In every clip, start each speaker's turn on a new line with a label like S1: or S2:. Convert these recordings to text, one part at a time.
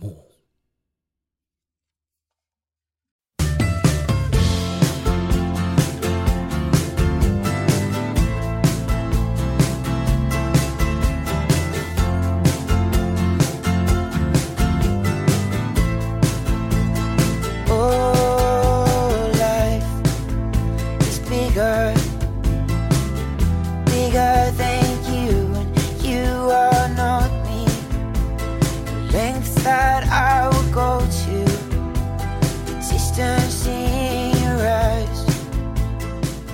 S1: 幕。
S2: Oh, life is bigger, bigger than you, and you are not me. The lengths that I will go to, the distance in your eyes.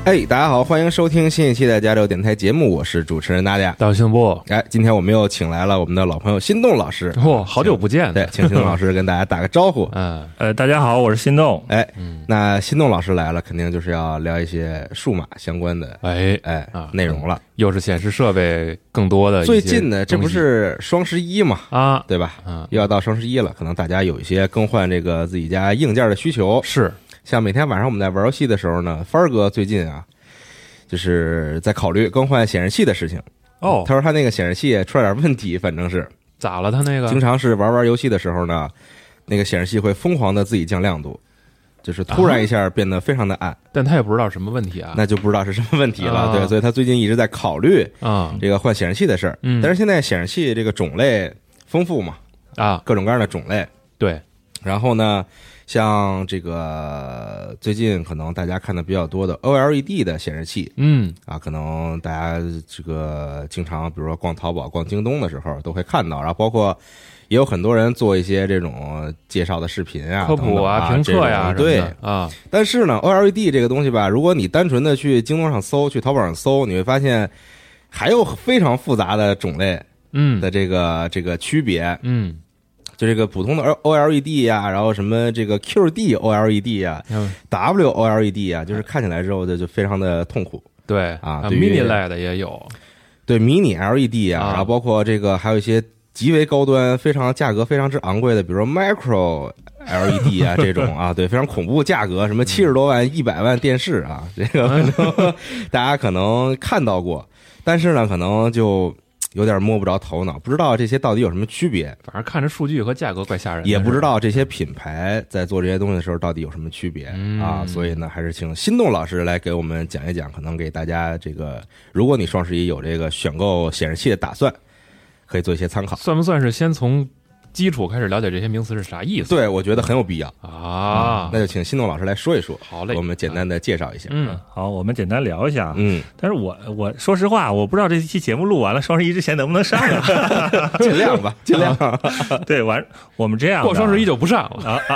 S3: 哎，大家好，欢迎收听新一期的《加六电台》节目，我是主持人大家。
S4: 大兴不？
S3: 哎，今天我们又请来了我们的老朋友心动老师，
S4: 嚯、哦好久不见！
S3: 对，请心动老师跟大家打个招呼。
S4: 嗯，
S5: 呃，大家好，我是心动。
S3: 哎，那心动老师来了，肯定就是要聊一些数码相关的
S4: 哎
S3: 哎
S4: 啊
S3: 内容了。
S4: 又是显示设备更多的一些
S3: 最近呢，这不
S4: 东西
S3: 是双十一嘛，
S4: 啊？
S3: 对吧？
S4: 嗯
S3: 又要到双十一了，可能大家有一些更换这个自己家硬件的需求。
S4: 是
S3: 像每天晚上我们在玩游戏的时候呢，帆儿哥最近啊，就是在考虑更换显示器的事情。
S4: 哦
S3: 他，说他那个显示器出了点问题，反正是
S4: 咋了？他那个
S3: 经常是玩玩游戏的时候呢，那个显示器会疯狂的自己降亮度，就是突然一下变得非常的暗，
S4: 但他也不知道什么问题嗯啊。
S3: 那就不知道是什么问题了。
S4: 啊
S3: 对，所以他最近一直在考虑
S4: 啊
S3: 这个换显示器的事儿。
S4: 嗯
S3: 但是现在显示器这个种类丰富嘛，
S4: 啊，
S3: 各种各样的种类。
S4: 对，
S3: 然后呢，像这个最近可能大家看的比较多的 OLED 的显示器，
S4: 嗯
S3: 啊，可能大家这个经常，比如说逛淘宝、逛京东的时候都会看到，然后包括也有很多人做一些这种介绍的视频啊、
S4: 科普
S3: 啊、
S4: 评测呀、
S3: 这种对
S4: 什。么的啊，
S3: 但是呢，OLED 这个东西吧，如果你单纯的去京东上搜、去淘宝上搜，你会发现还有非常复杂的种类
S4: 嗯
S3: 的这个这个区别。
S4: 嗯，
S3: 就这个普通的 O L E D 呀、然后什么这个 Q D O L E D 呀、
S4: 嗯
S3: W O L E D 呀、就是看起来之后就就非常的痛苦。
S4: 对
S3: 啊对于
S4: ，mini LED 的也有，
S3: 对，迷你 L E D 啊，
S4: 啊
S3: 然后包括这个还有一些极为高端、非常价格非常之昂贵的，比如说 Micro L E D 啊这种啊，对，非常恐怖价格，什么七十多万、一百万电视啊，这个可能大家可能看到过，但是呢，可能就。有点摸不着头脑，不知道这些到底有什么区别，
S4: 反正看着数据和价格怪吓人的，
S3: 也不知
S4: 是吧
S3: 道这些品牌在做这些东西的时候到底有什么区别、
S4: 嗯
S3: 啊，所以呢，还是请心动老师来给我们讲一讲，可能给大家这个，如果你双十一有这个选购显示器的打算，可以做一些参考。
S4: 算不算是先从基础开始了解这些名词是啥意思？
S3: 对，我觉得很有必要
S4: 啊，
S3: 那就请心动老师来说一说，
S4: 好嘞
S3: 我们简单的介绍一下。
S4: 嗯
S5: 好，我们简单聊一下。啊。
S3: 嗯，
S5: 但是我我说实话，我不知道这期节目录完了，双十一之前能不能 上啊？
S3: 尽量吧，尽量。
S5: 对，完我们这
S3: 啊
S5: 样的
S4: 过双十一就不上了。
S5: 啊啊！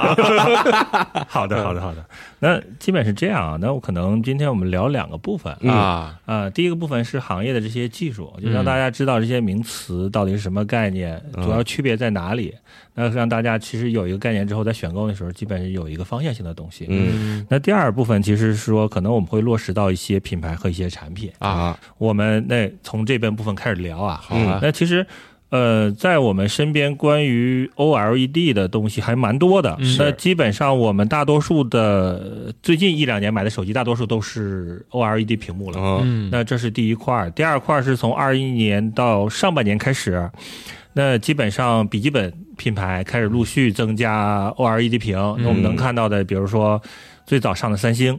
S5: 啊 好的，好的，好的。那基本是这样啊。那我可能今天我们聊两个部分
S3: 嗯
S4: 啊，
S5: 啊，第一个部分是行业的这些技术，就让
S4: 嗯
S5: 大家知道这些名词到底是什么概念，主要区别在哪里。那让大家其实有一个概念之后，在选购的时候，基本是有一个方向性的东西。
S3: 嗯
S5: 那第二部分其实是说，可能我们会落实到一些品牌和一些产品。
S3: 啊，
S5: 我们那从这边部分开始聊啊。
S4: 好啊，
S5: 那其实，呃，在我们身边关于 OLED 的东西还蛮多的。
S4: 嗯
S5: 那
S3: 是
S5: 基本上我们大多数的最近一两年买的手机，大多数都是 OLED 屏幕了。
S3: 嗯
S4: 嗯，
S5: 那这是第一块儿，第二块儿是从二一年到上半年开始，那基本上笔记本品牌开始陆 E
S4: 嗯
S5: 续增加 OLED 屏。那我们能看到的，比如说最早上的三星。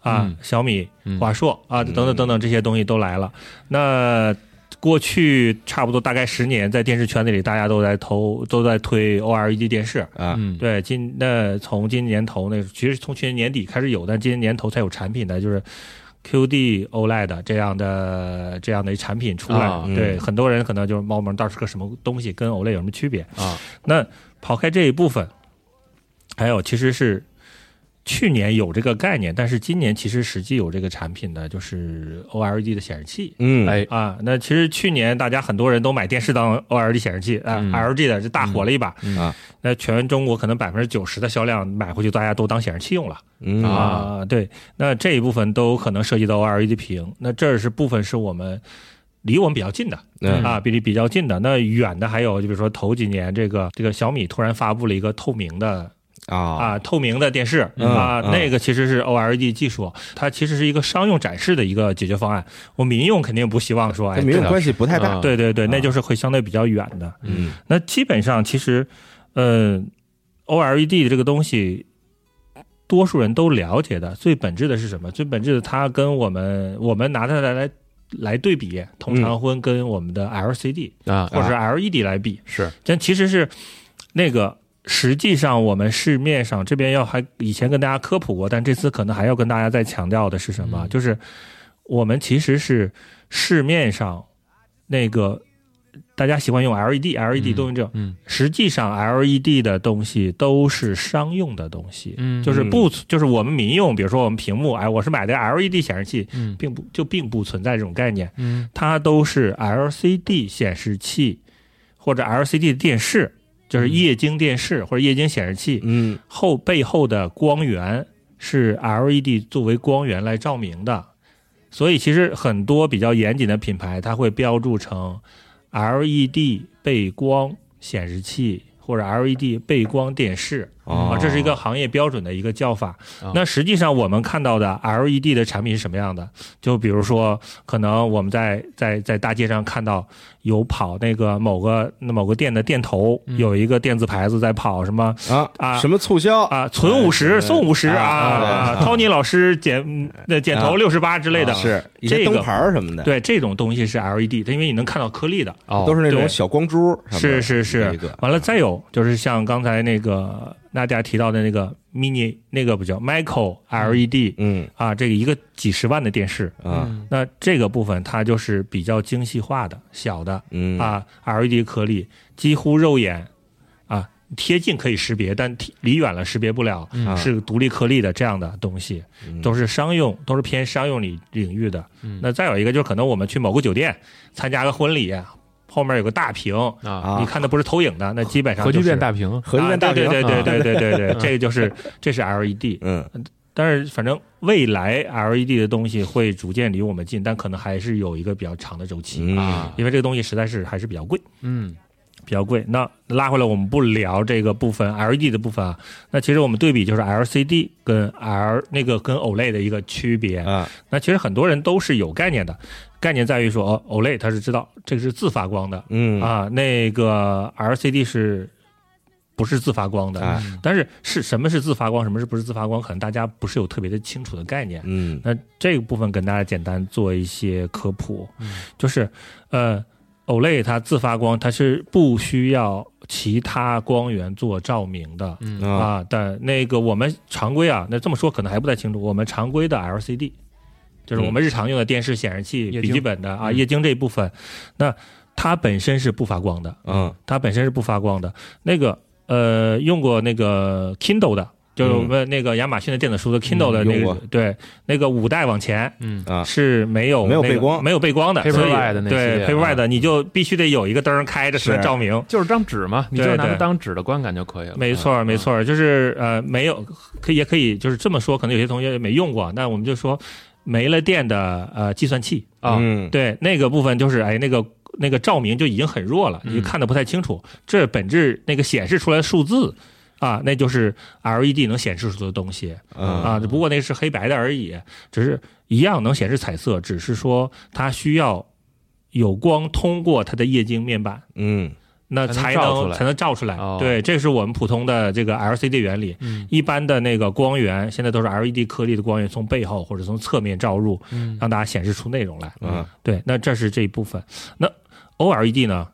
S5: 啊
S4: 嗯，
S5: 小米、
S4: 嗯
S5: 华硕啊，等等等等这些东西都来了。那过去差不多大概十年，在电视圈子里，大家都在投，都在推 OLED 电视。
S3: 啊，
S4: 嗯，
S5: 对，今那从今年头那，其实从去年年底开始有，但今年年头才有产品的，就是 QD OLED E 这样的这样的一产品出来。
S4: 啊
S5: 对，
S3: 嗯
S5: 很多人可能就是冒蒙到底是个什么东西，跟 OLED 有什么区别？
S4: 啊，
S5: 那抛开这一部分，还有其实是去年有这个概念，但是今年其实实际有这个产品的就是 OLED 的显示器。
S3: 嗯，
S4: 哎
S5: 啊，那其实去年大家很多人都买电视当 OLED 显示器啊、
S4: 嗯
S5: l g 的这大火了一把。
S4: 嗯
S3: 啊
S5: 那全中国可能百分之九十的销量买回去，大家都当显示器用了
S3: 嗯
S4: 啊
S5: 对，那这一部分都有可能涉及到 OLED 屏。那这是部分是我们离我们比较近的，
S3: 嗯
S5: 啊，比例比较近的。那远的还有，就比如说头几年这个这个小米突然发布了一个透明的
S3: 啊
S5: 啊透明的电视
S3: 嗯
S5: 啊，
S3: 嗯
S5: 那个其实是 OLED 技术，它其实是一个商用展示的一个解决方案。我民用肯定不希望说，哎
S3: 跟，没有关系不太大
S4: 啊，
S5: 对对对，
S3: 啊
S5: 那就是会相对比较远的。
S3: 嗯
S5: 那基本上其实，呃，OLED 这个东西。多数人都了解的，最本质的是什么？最本质的，它跟我们我们拿它来来来对比，通常会跟我们的 LCD、
S4: 嗯啊
S5: 或者是 LED 来比，
S4: 是
S5: 但其实是那个实际上我们市面上这边要还以前跟大家科普过，但这次可能还要跟大家再强调的是什么？
S4: 嗯
S5: 就是我们其实是市面上那个大家喜欢用 E LED、LED
S4: 嗯
S5: 都用这种，
S4: 嗯
S5: 实际上 LED 的东西都是商用的东西。
S4: 嗯
S5: 就是
S3: 嗯
S5: 不，就是我们民用，比如说我们屏幕，哎，我是买的 LED 显示器，
S4: 嗯
S5: 并不就并不存在这种概念。
S4: 嗯
S5: 它都是 LCD 显示器或者 LCD 电视，就是液晶电视或者液晶显示器
S3: 嗯
S5: 后背后的光源是 LED 作为光源来照明的，所以其实很多比较严谨的品牌，它会标注成 LED 背光显示器或者 LED 背光电视。
S3: 哦
S5: 啊，这是一个行业标准的一个叫法
S4: 啊。
S5: 那实际上我们看到的 LED 的产品是什么样的？就比如说，可能我们在在在大街上看到有跑那个某个某个店的店头
S4: 嗯
S5: 有一个电子牌子在跑什么
S3: 啊
S5: 啊
S3: 什么促销
S5: 啊，存五十送五十
S3: 啊
S5: 啊
S3: 啊
S5: 啊
S3: 啊
S5: ，Tony 老师减 嗯那减头六十八之类的，
S3: 是一
S5: 啊这
S3: 些
S5: 个
S3: 灯牌儿什么的，
S5: 对这种东西是 LED，它因为你能看到颗粒的，
S4: 哦
S3: 都是那种
S5: 对
S3: 小光珠什么的，
S5: 是是是
S3: 一个，
S5: 完了再有就是像刚才那个大家提到的那个 mini 那个不叫 micro LED，
S3: 嗯
S5: 啊，这个一个几十万的电视，
S3: 啊
S4: 嗯
S5: 那这个部分它就是比较精细化的、小的
S3: 嗯
S5: 啊，LED 颗粒几乎肉眼啊贴近可以识别，但贴离远了识别不了，
S4: 嗯
S3: 啊
S5: 是独立颗粒的这样的东西，
S3: 嗯
S5: 都是商用，都是偏商用领领域的。
S4: 嗯
S5: 那再有一个就是可能我们去某个酒店参加个婚礼，后面有个大屏，
S4: 啊，
S3: 啊
S5: 你看的不是投影的，那基本上
S4: 核聚
S5: 就是
S4: 变大屏
S3: 核聚变大屏
S5: 啊对对对对对对对
S4: 啊
S5: 对，这个就是这是 LED。
S3: 嗯
S5: 但是反正未来 LED 的东西会逐渐离我们近，但可能还是有一个比较长的周期，
S3: 嗯
S4: 啊，
S5: 因为这个东西实在是还是比较贵，
S4: 嗯
S5: 比较贵。那拉回来，我们不聊这个部分 LED 的部分啊，那其实我们对比就是 LCD 跟 L 那个跟 OLED 的一个区别。
S3: 啊
S5: 那其实很多人都是有概念的，概念在于说哦，OLED 它是知道这个是自发光的
S3: 嗯
S5: 啊，那个 LCD 是不是自发光的？
S3: 啊
S4: 嗯
S5: 但是是什么是自发光，什么是不是自发光，可能大家不是有特别的清楚的概念。
S3: 嗯
S5: 那这个部分跟大家简单做一些科普，
S4: 嗯
S5: 就是呃，OLED 它自发光，它是不需要其他光源做照明的。
S4: 嗯
S3: 啊
S5: 啊，但那个我们常规啊，那这么说可能还不太清楚。我们常规的 LCD，就是
S3: 嗯
S5: 我们日常用的电视显示器、
S4: 液晶
S5: 笔记本的啊，
S4: 嗯
S5: 液晶这一部分，那它本身是不发光的。
S3: 嗯
S5: 它本身是不发光的。那个呃，用过那个 Kindle 的，就是我们那个亚马逊的电子书的 Kindle 的
S3: 嗯
S5: 那
S3: 用
S5: 个，
S3: 过
S5: 对，那个五代往前。
S4: 嗯
S3: 啊
S5: 是没有
S3: 没有
S5: 那个
S3: 背光
S5: 没有背光的，
S4: Paperwhite
S5: 所以
S4: 的那系列
S5: 对
S4: 啊
S5: Paperwhite 的，你就必须得有一个灯开着才能
S3: 是
S5: 照明。
S4: 就是张纸嘛，你就
S5: 对
S4: 拿它
S5: 对
S4: 当纸的嗯观感就可以了。
S5: 没错儿，没错儿，就是呃，没有可以也可以就是这么说，可能有些同学没用过，啊那我们就说没了电的呃计算器，
S4: 啊
S3: 嗯
S5: 对，那个部分就是哎，那个那个照明就已经很弱了，
S4: 嗯
S5: 你看的不太清楚。这本质那个显示出来的数字啊，那就是 LED 能显示出的东西
S4: 嗯
S3: 啊
S5: 啊，只不过那是黑白的而已，只是一样能显示彩色，只是说它需要有光通过它的液晶面板。
S3: 嗯
S5: 那
S4: 才能
S5: 才
S4: 照出
S5: 能
S4: 来
S5: 才能照出来
S4: 哦。
S5: 对，这是我们普通的这个 LCD 原理。
S4: 嗯
S5: 一般的那个光源现在都是 LED 颗粒的光源从背后或者从侧面照入，
S4: 嗯
S5: 让大家显示出内容来。
S3: 嗯
S5: 对，那这是这一部分。那 OLED 呢，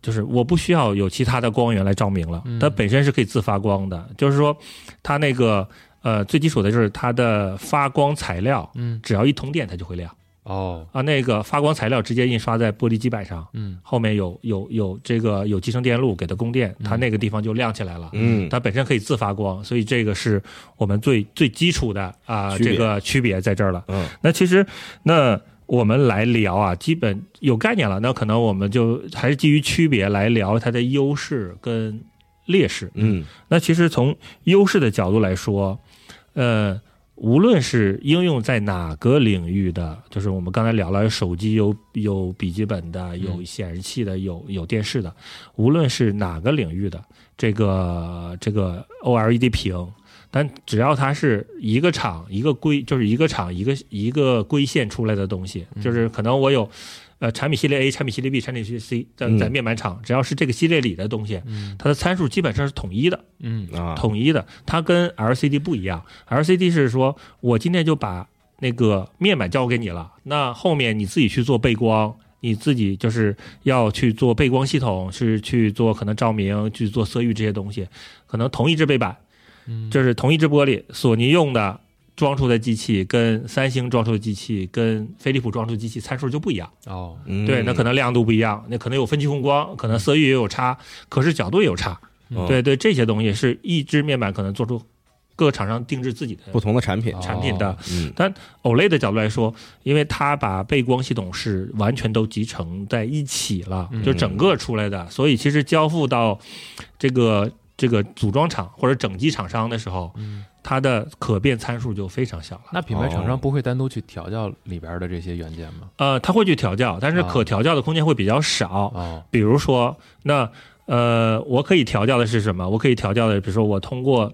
S5: 就是我不需要有其他的光源来照明了，
S4: 嗯
S5: 它本身是可以自发光的。就是说，它那个呃最基础的就是它的发光材料，
S4: 嗯
S5: 只要一通电它就会亮
S4: 哦
S5: 啊。那个发光材料直接印刷在玻璃基板上，
S4: 嗯
S5: 后面有有有这个有集成电路给它供电，它那个地方就亮起来了。
S3: 嗯，
S5: 它本身可以自发光，所以这个是我们最最基础的啊、
S3: 区别
S5: 这个区别在这儿了。
S3: 嗯，
S5: 那其实那我们来聊啊，基本有概念了，那可能我们就还是基于区别来聊它的优势跟劣势。
S3: 嗯
S5: 那其实从优势的角度来说，呃，无论是应用在哪个领域的，就是我们刚才聊了，有手机有有笔记本的，有显示器的，有有电视的，无论是哪个领域的，这个这个 OLED 屏。但只要它是一个厂一个规，就是一个厂一个一个规线出来的东西，就是可能我有，呃，产品系列 A、产品系列 B、产品系列 C，在在
S3: 嗯
S5: 面板厂，只要是这个系列里的东西，
S4: 嗯
S5: 它的参数基本上是统一的，
S4: 嗯
S3: 啊，
S5: 统一的。它跟 LCD 不一样，LCD 是说我今天就把那个面板交给你了，那后面你自己去做背光，你自己就是要去做背光系统，是去做可能照明、去做色域这些东西，可能同一只背板，
S4: 嗯
S5: 就是同一只玻璃，索尼用的。装出的机器跟三星装出的机器跟飞利浦装出的机器参数就不一样，
S4: 哦
S3: 嗯
S5: 对，那可能亮度不一样，那可能有分区红光，可能色域也有差，可视角度也有差，
S3: 嗯
S5: 对对，这些东西是一支面板可能做出各厂商定制自己的
S3: 不同的产品，
S5: 产品的
S4: 哦。
S3: 嗯
S5: OLED 的角度来说，因为它把背光系统是完全都集成在一起了，
S4: 嗯
S5: 就整个出来的，所以其实交付到这个这个组装厂或者整机厂商的时候，
S4: 嗯
S5: 它的可变参数就非常小了。
S4: 那品牌厂
S3: 哦
S4: 商不会单独去调教里边的这些元件吗？
S5: 呃，它会去调教，但是
S4: 啊
S5: 可调教的空间会比较少。
S4: 哦
S5: 比如说，那呃，我可以调教的是什么？我可以调教的，比如说我通过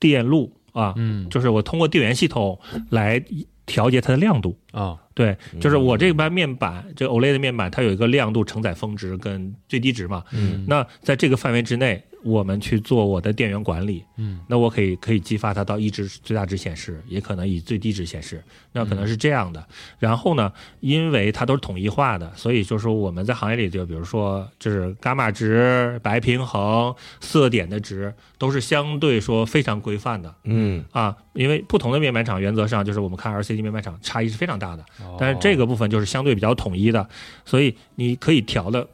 S5: 电路啊，
S4: 嗯
S5: 就是我通过电源系统来调节它的亮度。
S4: 哦
S5: 对，
S3: 嗯
S5: 就是我这边面板，这 OLED 的面板，它有一个亮度承载峰值跟最低值嘛。
S4: 嗯
S5: 那在这个范围之内，我们去做我的电源管理，
S4: 嗯
S5: 那我可以可以激发它到一值最大值显示，也可能以最低值显示，那可能是这样的。然后呢，因为它都是统一化的，所以就是说我们在行业里就比如说就是伽马值、白平衡、色点的值都是相对说非常规范的。
S3: 嗯
S5: 啊，因为不同的面板厂原则上就是我们看 LCD 面板厂差异是非常大的，
S4: 哦
S5: 但是这个部分就是相对比较统一的，所以你可以调的，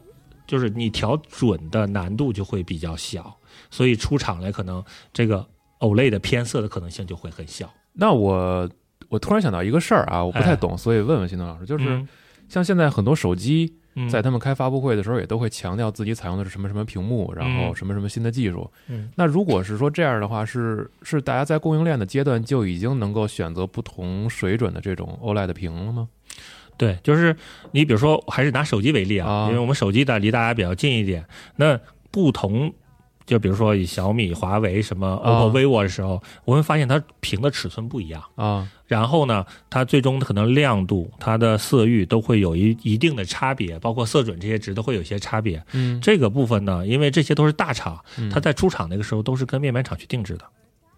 S5: 就是你调准的难度就会比较小，所以出厂来可能这个 OLED 的偏色的可能性就会很小。
S4: 那我我突然想到一个事儿啊，我不太
S5: 哎
S4: 懂，所以问问新东老师，就是像现在很多手机
S5: 嗯
S4: 嗯在他们开发布会的时候，也都会强调自己采用的是什么什么屏幕，然后
S5: 嗯
S4: 什么什么新的技术。
S5: 嗯
S4: 那如果是说这样的话，是是大家在供应链的阶段就已经能够选择不同水准的这种 OLED 屏了吗？
S5: 对，就是你比如说还是拿手机为例啊，
S4: 啊
S5: 因为我们手机的离大家比较近一点，那不同。就比如说以小米、华为什么
S4: 啊
S5: OPPO、vivo 的时候，我会发现它屏的尺寸不一样。
S4: 啊，
S5: 然后呢，它最终可能亮度、它的色域都会有一一定的差别，包括色准这些值都会有一些差别。
S4: 嗯，
S5: 这个部分呢，因为这些都是大厂，
S4: 嗯
S5: 它在出厂那个时候都是跟面板厂去定制的。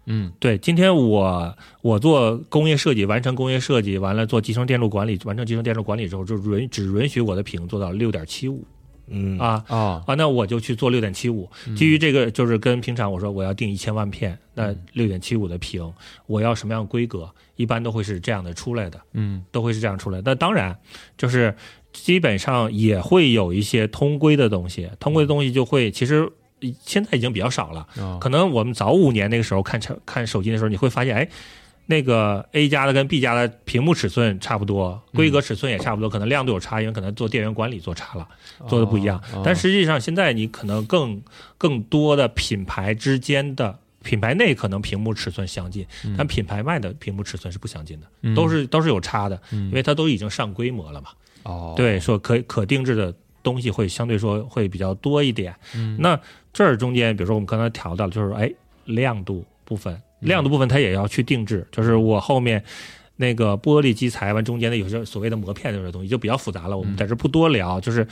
S4: 嗯
S5: 对，今天我我做工业设计，完成工业设计，完了做集成电路管理，完成集成电路管理之后，就允只允许我的屏做到六点七五
S3: 嗯
S5: 啊
S4: 啊，
S5: 啊，那我就去做六点七五。基于这个，就是跟平常我说我要定一千万片，那六点七五的屏，我要什么样的规格，一般都会是这样的出来的。
S4: 嗯
S5: 都会是这样出来。那当然，就是基本上也会有一些通规的东西，通规的东西就会其实。现在已经比较少了，
S4: 啊
S5: 可能我们早五年那个时候看车看手机的时候，你会发现，哎，那个 A 加的跟 B 加的屏幕尺寸差不多，
S4: 嗯
S5: 规格尺寸也差不多，可能亮度有差，因为可能做电源管理做差了，做的不一样。
S4: 哦
S5: 但实际上现在你可能更更多的品牌之间的品牌内可能屏幕尺寸相近，
S4: 嗯
S5: 但品牌外的屏幕尺寸是不相近的。
S4: 嗯
S5: 都是都是有差的，
S4: 嗯
S5: 因为它都已经上规模了嘛。
S4: 哦，
S5: 对，说可可定制的东西会相对说会比较多一点。
S4: 嗯
S5: 那这儿中间，比如说我们刚才调到了，就是哎亮度部分，
S4: 嗯
S5: 亮度部分它也要去定制，就是我后面。那
S4: 嗯
S5: 个玻璃基材完中间的有些所谓的膜片这种东西就比较复杂了，我们在这不多聊。就是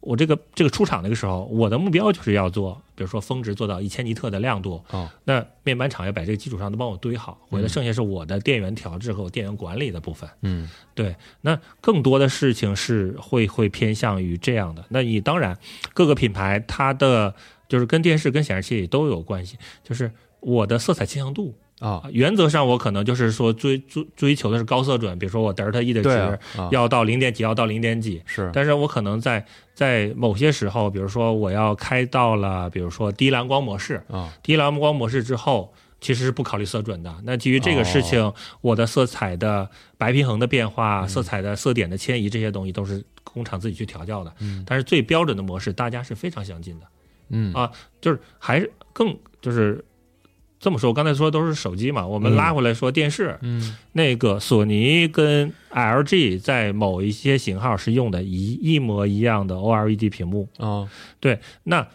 S5: 我这个这个出厂那个时候，我的目标就是要做，比如说峰值做到一千尼特的亮度，
S4: 哦
S5: 那面板厂要把这个基础上都帮我堆好，回来
S4: 嗯
S5: 剩下是我的电源调制和我电源管理的部分。
S4: 嗯
S5: 对，那更多的事情是会会偏向于这样的。那你当然各个品牌它的就是跟电视跟显示器都有关系，就是我的色彩倾向度
S4: 啊
S5: 啊，，原则上我可能就是说追追追求的是高色准，比如说我德尔塔 E 的
S4: 对啊
S5: 值，
S4: 啊
S5: 要到零点几，要到零点几。
S4: 是
S5: 但是我可能在在某些时候，比如说我要开到了，比如说低蓝光模式，
S4: 啊
S5: 低蓝光模式之后，其实是不考虑色准的。那基于这个事情，我的色彩的白平衡的变化、色彩的色点的迁移这些东西都是工厂自己去调教的。
S4: 嗯
S5: 但是最标准的模式，大家是非常相近的，
S4: 嗯
S5: 啊就是还是更就是这么说。我刚才说都是手机嘛，我们
S3: 嗯
S5: 拉回来说电视，
S4: 嗯
S5: 那个索尼跟 LG 在某一些型号是用的一一模一样的 OLED 屏幕，
S4: 啊
S5: 那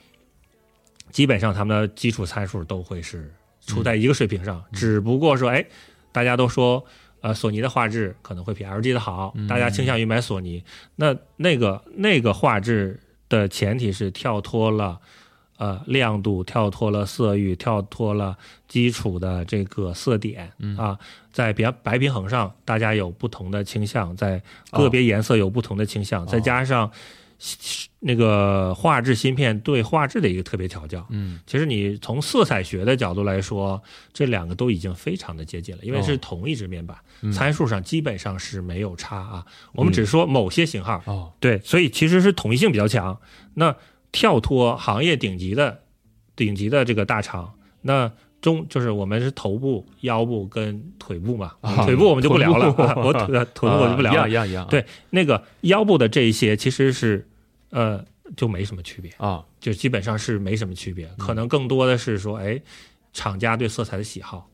S5: 基本上他们的基础参数都会是处在一个水平上，只不过说，哎，大家都说。呃，索尼的画质可能会比 LG 的好，大家倾向于买索尼。那那个那个画质的前提是跳脱了呃亮度，跳脱了色域，跳脱了基础的这个色点、啊，在比白平衡上，大家有不同的倾向，在个别颜色有不同的倾向，再加上那个画质芯片对画质的一个特别调教。
S4: 嗯
S5: 其实你从色彩学的角度来说，这两个都已经非常的接近了，因为是同一只面板，参数上基本上是没有差啊。我们只说某些型号，
S4: 哦
S5: 对，所以其实是统一性比较强。那跳脱行业顶级的顶级的这个大厂，那中就是我们是头部、腰部跟腿部嘛，
S4: 啊
S5: 腿部我们就不聊了，啊、我腿腿部我就不聊了。
S4: 啊一样一样一样
S5: 对那个腰部的这一些其实是，呃，就没什么区别，
S4: 啊
S5: 就基本上是没什么区别，可能更多的是说，哎，厂家对色彩的喜好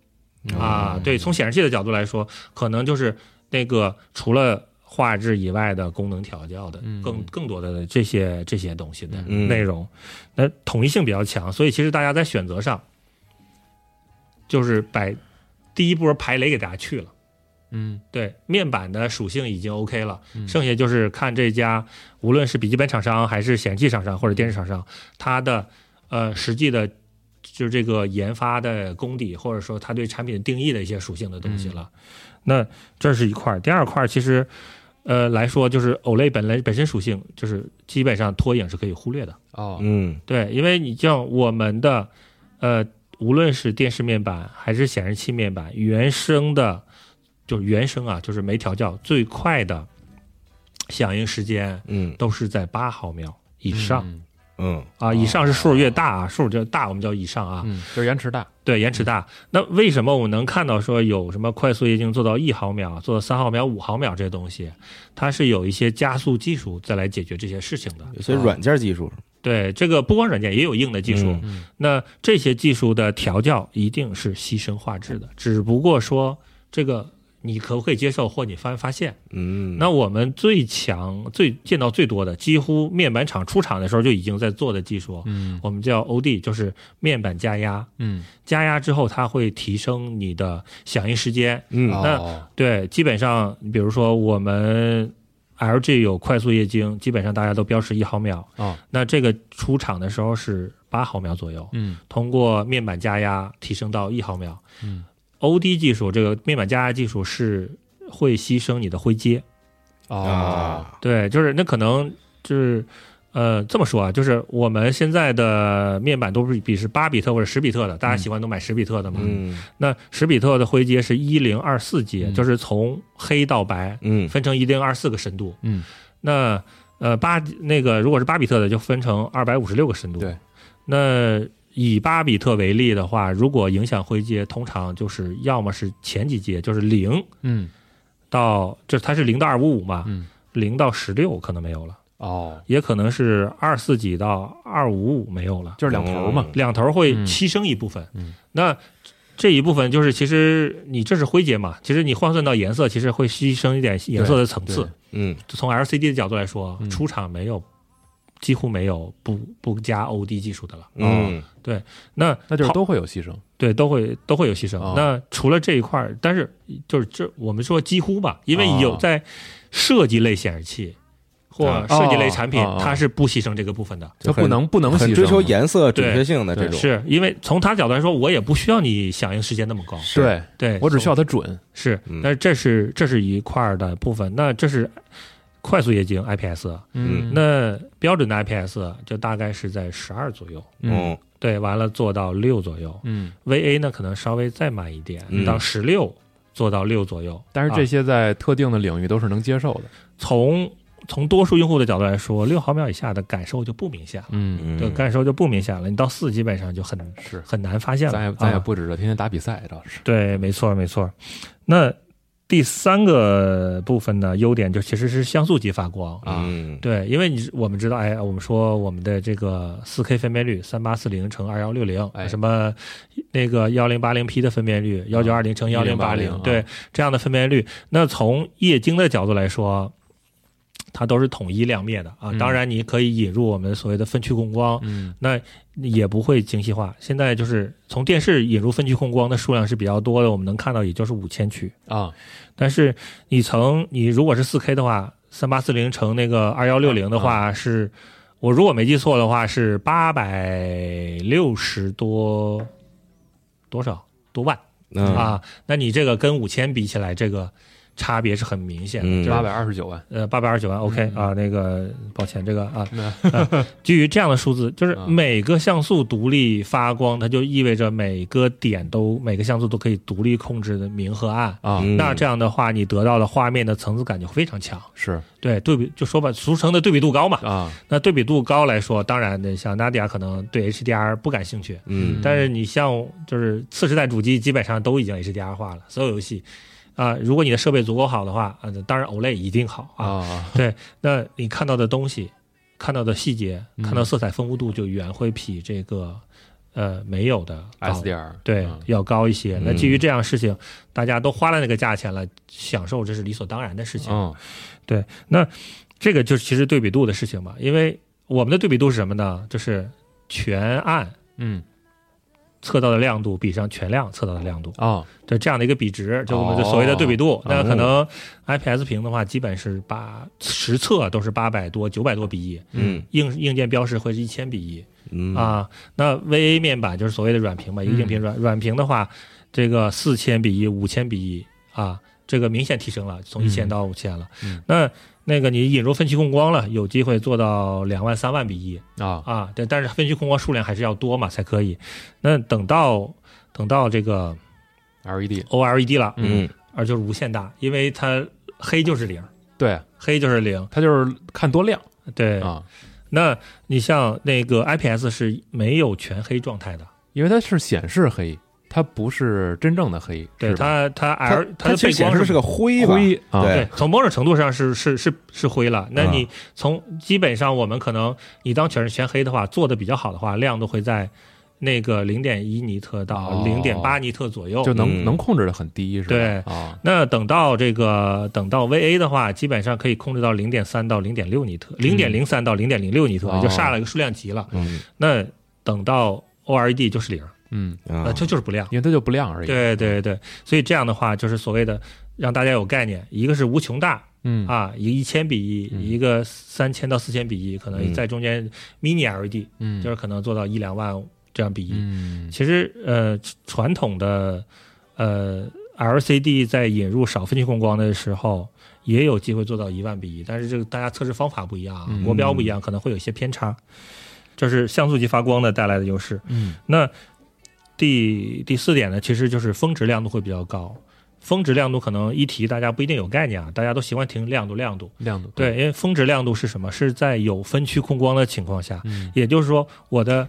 S4: 嗯
S5: 啊，对，从显示器的角度来说，可能就是那个除了。画质以外的功能调教的
S4: 嗯
S5: 更更多的这些这些东西的
S3: 嗯
S5: 内容，那统一性比较强，所以其实大家在选择上，就是把第一波排雷给大家去了。
S4: 嗯
S5: 对面板的属性已经 OK 了，剩下就是看这家无论是笔记本厂商还是显示器厂商或者电视厂商，它的呃实际的，就是这个研发的功底，或者说它对产品定义的一些属性的东西了。那这是一块儿，第二块儿其实呃来说就是 OLED 本来本身属性就是基本上拖影是可以忽略的，
S4: 哦
S3: 嗯
S5: 对，因为你像我们的，呃，无论是电视面板还是显示器面板，原生的，就是原生啊，就是没调教，最快的响应时间
S3: 嗯
S5: 都是在八毫秒以上、
S4: 嗯哦
S3: 嗯
S5: 啊，以上是数越大啊，数就大，我们叫以上啊，
S4: 嗯就是延迟大
S5: 对，延迟大。那为什么我们能看到说有什么快速液晶做到一毫秒、做到三毫秒、五毫秒这些东西？它是有一些加速技术再来解决这些事情的。
S3: 有些软件技术，
S5: 对，这个不光软件也有硬的技术，
S3: 嗯
S4: 嗯
S5: 那这些技术的调教一定是牺牲画质的，只不过说这个你可不可以接受，或你发没发现？
S3: 嗯，
S5: 那我们最强、最见到最多的，几乎面板厂出厂的时候就已经在做的技术，
S4: 嗯
S5: 我们叫 OD，就是面板加压。
S4: 嗯
S5: 加压之后，它会提升你的响应时间。
S3: 嗯
S5: 那
S4: 哦
S5: 对，基本上，比如说我们 LG 有快速液晶，基本上大家都标识一毫秒。
S4: 哦
S5: 那这个出厂的时候是八毫秒左右。
S4: 嗯
S5: 通过面板加压提升到一毫秒。
S4: 嗯
S5: ，OD 技术这个面板加压技术是会牺牲你的灰阶，
S4: 哦
S3: 啊
S5: 对，就是那可能就是呃这么说啊，就是我们现在的面板都是比是八比特或者十比特的，
S4: 嗯
S5: 大家喜欢都买十比特的嘛。
S3: 嗯
S5: 那十比特的灰阶是一零二四阶，
S4: 嗯
S5: 就是从黑到白
S3: 嗯
S5: 分成一零二四个深度。
S4: 嗯
S5: 那呃八那个如果是八比特的，就分成二百五十六个深度。
S4: 对，
S5: 那以八比特为例的话，如果影响灰阶，通常就是要么是前几阶，就是零
S4: 嗯
S5: 到就是它是零到二五五嘛，
S4: 嗯
S5: 零到十六可能没有了，
S4: 哦
S5: 也可能是二四几到二五五没有了，
S4: 就是两头嘛
S5: 两头会
S4: 嗯
S5: 牺牲一部分。
S4: 嗯
S5: 那这一部分就是，其实你这是灰阶嘛，其实你换算到颜色，其实会牺牲一点颜色的层次
S4: 对。
S3: 嗯
S5: 从 LCD 的角度来说，
S4: 嗯
S5: 出厂没有，几乎没有不不加 OD 技术的了。
S3: 嗯
S5: 那
S4: 那就是
S5: 好
S4: 都会有牺牲
S5: 对都会都会有牺牲。
S4: 哦
S5: 那除了这一块儿，但是就是这我们说几乎吧，因为
S4: 哦
S5: 有在设计类显示器或设计类产品
S4: 啊哦哦哦，
S5: 它是不牺牲这个部分的。
S4: 它不能不能
S3: 很
S4: 牺
S3: 追
S4: 牲
S3: 求
S4: 嘛
S3: 颜色准
S5: 对
S3: 确性的这
S4: 对
S3: 种，
S5: 是因为从他角度来说，我也不需要你响应时间那么高。
S3: 是
S4: 对
S5: 对
S4: 我只需要它准，
S5: 是
S3: 嗯，
S5: 但是这是这是一块儿的部分。那这是快速液晶 IPS，
S3: 嗯
S5: 那标准的 IPS 就大概是在十二左右，
S4: 嗯
S3: 嗯
S5: 对，完了做到六左右。
S4: 嗯，
S5: VA 呢可能稍微再慢一点
S3: 嗯，
S5: 到十六做到六左右。
S4: 但是这
S5: 啊
S4: 些在特定的领域都是能接受的，
S5: 从从多数用户的角度来说，六毫秒以下的感受就不明显了，
S4: 嗯，
S3: 嗯，
S5: 对，感受就不明显了。你到四基本上就很
S4: 是，
S5: 很难发现了。
S4: 咱也咱也
S5: 啊
S4: 不指着天天打比赛，倒是，
S5: 对，没错，没错。那第三个部分呢，优点就其实是像素级发光。
S4: 啊
S3: 嗯
S5: 对，因为你我们知道，哎，我们说我们的这个四 K 分辨率三八四零乘二幺六零
S4: 哎，
S5: 什么那个幺零八零 P 的分辨率幺九二零乘幺零八
S4: 啊
S5: 零，对这样的分辨率，那从液晶的角度来说，它都是统一亮灭的啊
S4: 嗯。
S5: 当然，你可以引入我们所谓的分区控光，
S4: 嗯
S5: 那也不会精细化。现在就是从电视引入分区控光的数量是比较多的，我们能看到也就是五千区。
S4: 啊，
S5: 但是你从你如果是四 K 的话，三八四零乘那个二幺六零的
S4: 啊
S5: 话、是，我如果没记错的话是八百六十多多少多万、
S3: 嗯
S5: 啊？那你这个跟五千比起来，这个差别是很明显的。
S3: 嗯
S5: 就是
S4: 八百二十九万，
S5: 呃，八百二十九万，OK
S4: 嗯
S5: 啊，那个抱歉，这个啊，
S4: 那
S5: 基于这样的数字，就是
S4: 啊
S5: 每个像素独立发光，它就意味着每个点都每个像素都可以独立控制的明和暗。
S4: 啊
S3: 嗯
S5: 那这样的话，你得到的画面的层次感就非常强。
S4: 是
S5: 对对比，就说吧，俗称的对比度高嘛。
S4: 啊，
S5: 那对比度高来说，当然的，像 Nadia 可能对 HDR 不感兴趣，
S3: 嗯
S5: 但是你像就是次时代主机基本上都已经 HDR 化了，所有游戏啊、如果你的设备足够好的话，啊、当然 OLED 一定好啊。
S4: 啊，
S5: 那你看到的东西、看到的细节、
S4: 嗯
S5: 看到色彩丰富度，就远会比这个呃没有的高
S4: SDR
S5: 对、
S4: 嗯
S5: 要高一些。那基于
S3: 嗯
S5: 这样的事情，大家都花了那个价钱了，享受这是理所当然的事情。
S4: 嗯
S5: 这个就是其实对比度的事情嘛，因为我们的对比度是什么呢？就是全暗
S4: 嗯
S5: 测到的亮度比上全亮测到的亮度，
S4: 啊
S5: 就这样的一个比值，就我们就所谓的对比度。
S4: 嗯
S5: 那可能 IPS 屏的话，基本是八实测都是八百多、九百多比一。
S3: 嗯
S5: 硬硬件标识会是一千比一、
S3: 嗯
S5: 啊。那 VA 面板就是所谓的软屏吧，一个
S4: 嗯
S5: 硬屏软软屏的话，这个四千比一、五千比一啊，这个明显提升了，从
S4: 嗯
S5: 一千到五千了。
S4: 嗯
S5: 那那个你引入分区控光了，有机会做到两万、三万比一
S4: 啊
S5: 啊。但但是分区控光数量还是要多嘛才可以。那等到等到这个
S4: LED
S5: OLED 了，
S3: 嗯
S5: 而就是无限大，因为它黑就是零，
S4: 对，
S5: 黑就是零，
S4: 它就是看多亮
S5: 对。
S4: 啊，
S5: 那你像那个 IPS 是没有全黑状态的，
S4: 因为它是显示黑，它不是真正的黑，
S5: 对
S4: 是吧
S5: 它它
S3: 它
S5: L
S3: 它
S5: 的
S3: 其
S5: 背
S3: 实显
S5: 光
S3: 示是
S5: 个
S3: 个灰吧，
S4: 灰啊，
S3: 对
S5: 对，从某种程度上是是是是灰了。那
S3: 啊
S5: 你从基本上我们可能你当全是全黑的话，做的比较好的话，亮度会在那个零点一尼特
S4: 哦
S5: 到零点八尼特左右。
S4: 就
S3: 嗯
S4: 能能控制的很低是吧？
S5: 对
S4: 啊，
S5: 那等到这个等到 VA 的话，基本上可以控制到零点三到零点六尼特，零点零三到零点零六尼特，
S4: 哦
S5: 就上了一个数量级了。
S3: 嗯
S5: 那等到 OLED 就是零，
S4: 嗯，
S3: 啊
S5: 呃，就就是不亮。
S4: 因为它就不亮而已。，
S5: 对对对，所以这样的话就是所谓的让大家有概念，一个是无穷大
S4: 嗯
S5: 啊，一个一千比一、
S4: 嗯
S5: 一个三千到四千比一，可
S3: 嗯
S5: 能在中间 mini LED、
S4: 嗯，
S5: 就是可能做到一两万这样比一。
S4: 嗯
S5: 其实呃，传统的呃 LCD 在引入少分区控光的时候。也有机会做到一万比一，但是这个大家测试方法不一样啊，
S4: 嗯
S5: 国标不一样，可能会有一些偏差。这是像素级发光的带来的优势。
S4: 嗯
S5: 那第第四点呢，其实就是峰值亮度会比较高。峰值亮度可能一提大家不一定有概念啊，大家都习惯听亮度亮度。
S4: 亮度
S5: 对，，因为峰值亮度是什么？是在有分区控光的情况下，
S4: 嗯
S5: 也就是说我的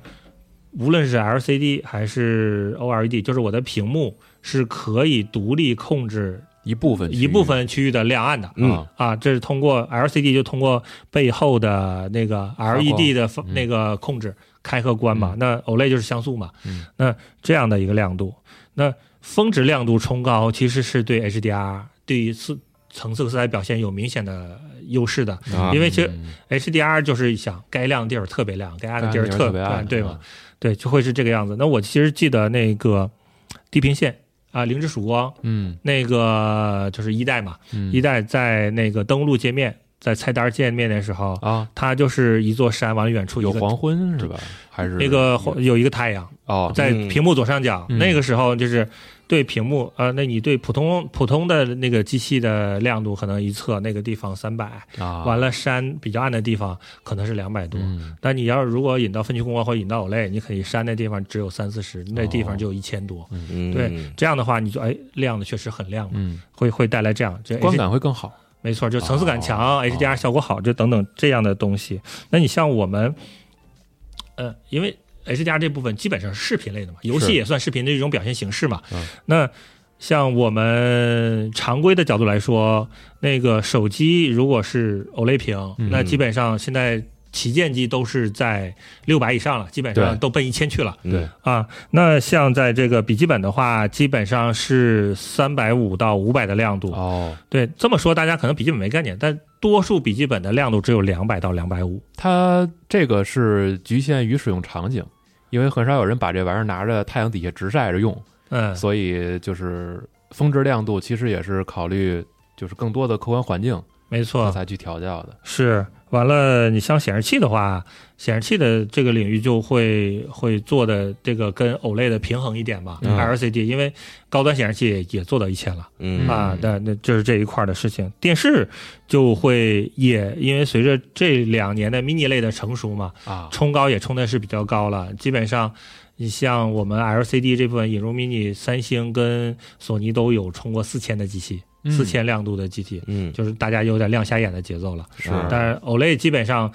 S5: 无论是 LCD 还是 OLED，就是我的屏幕是可以独立控制
S4: 一部分
S5: 一部分区域的亮暗的。
S3: 嗯
S4: 啊
S5: 啊，这是通过 LCD 就通过背后的那个
S4: 光
S5: LED 的发
S4: 嗯
S5: 那个控制开和关嘛。
S4: 嗯
S5: 那 OLED 就是像素嘛。
S4: 嗯
S5: 那这样的一个亮度，那峰值亮度冲高其实是对 HDR 对于次层次色彩表现有明显的优势的。
S3: 啊
S5: 因为其实
S4: 嗯
S5: HDR 就是想该亮的地儿特别亮，该暗的地儿
S4: 特别
S5: 暗，
S4: 暗，嗯
S5: 对吗？？对，就会是这个样子。那我其实记得那个地平线啊，零之曙光
S4: 嗯
S5: 那个就是一代嘛。
S4: 嗯，
S5: 一代在那个登录界面在菜单见面的时候，
S4: 啊，
S5: 它就是一座山，完了远处一
S4: 有
S5: 个
S4: 黄昏是吧？还是
S5: 那个黄有一个太阳
S4: 哦，
S5: 在
S3: 嗯
S5: 屏幕左上角，
S4: 嗯
S5: 那个时候就是对屏幕啊、呃那你对普通普通的那个机器的亮度可能一测那个地方三百，
S4: 啊，
S5: 完了山比较暗的地方可能是两百多。
S4: 嗯，
S5: 但你要是如果引到分区公告或引到 OLAY，你可以山那地方只有三四十，那地方就有一千多。
S3: 嗯，
S5: 对，这样的话你就哎亮的确实很亮嘛，
S4: 嗯，
S5: 会会带来这样这
S4: 观感会更好。
S5: 没错，就层次感强、HDR
S4: 哦
S5: 效果好，就等等这样的东西。那你像我们，呃，因为 HDR 这部分基本上是视频类的嘛，游戏也算视频的一种表现形式嘛。
S4: 嗯
S5: 那像我们常规的角度来说，那个手机如果是 OLED 屏，
S4: 嗯
S5: 那基本上现在旗舰机都是在六百以上了，基本上
S4: 对
S5: 都奔一千去了。
S3: 对
S5: 啊，那像在这个笔记本的话，基本上是三百五到五百的亮度。
S4: 哦，
S5: 对，这么说大家可能笔记本没概念，但多数笔记本的亮度只有两百到两百五。
S4: 它这个是局限于使用场景，因为很少有人把这玩意儿拿着太阳底下直晒着用，
S5: 嗯，
S4: 所以就是峰值亮度其实也是考虑就是更多的客观环境
S5: 没
S4: 它
S5: 错，
S4: 才去调教的。
S5: 是。完了，你像显示器的话，显示器的这个领域就会会做的这个跟 OLED 的平衡一点吧、
S3: 嗯
S5: l c d 因为高端显示器也做到一千了。
S3: 嗯
S5: 啊，那那就是这一块儿的事情。电视就会也因为随着这两年的 mini 类的成熟嘛，
S4: 啊，
S5: 冲高也冲的是比较高了。基本上，你像我们 LCD 这部分引入 mini，三星跟索尼都有冲过四千的机器，
S4: 嗯
S5: 四千亮度的机体，
S3: 嗯，
S5: 就是大家有点亮瞎眼的节奏了。
S4: 是，
S3: 啊
S5: 但是 OLED 基本上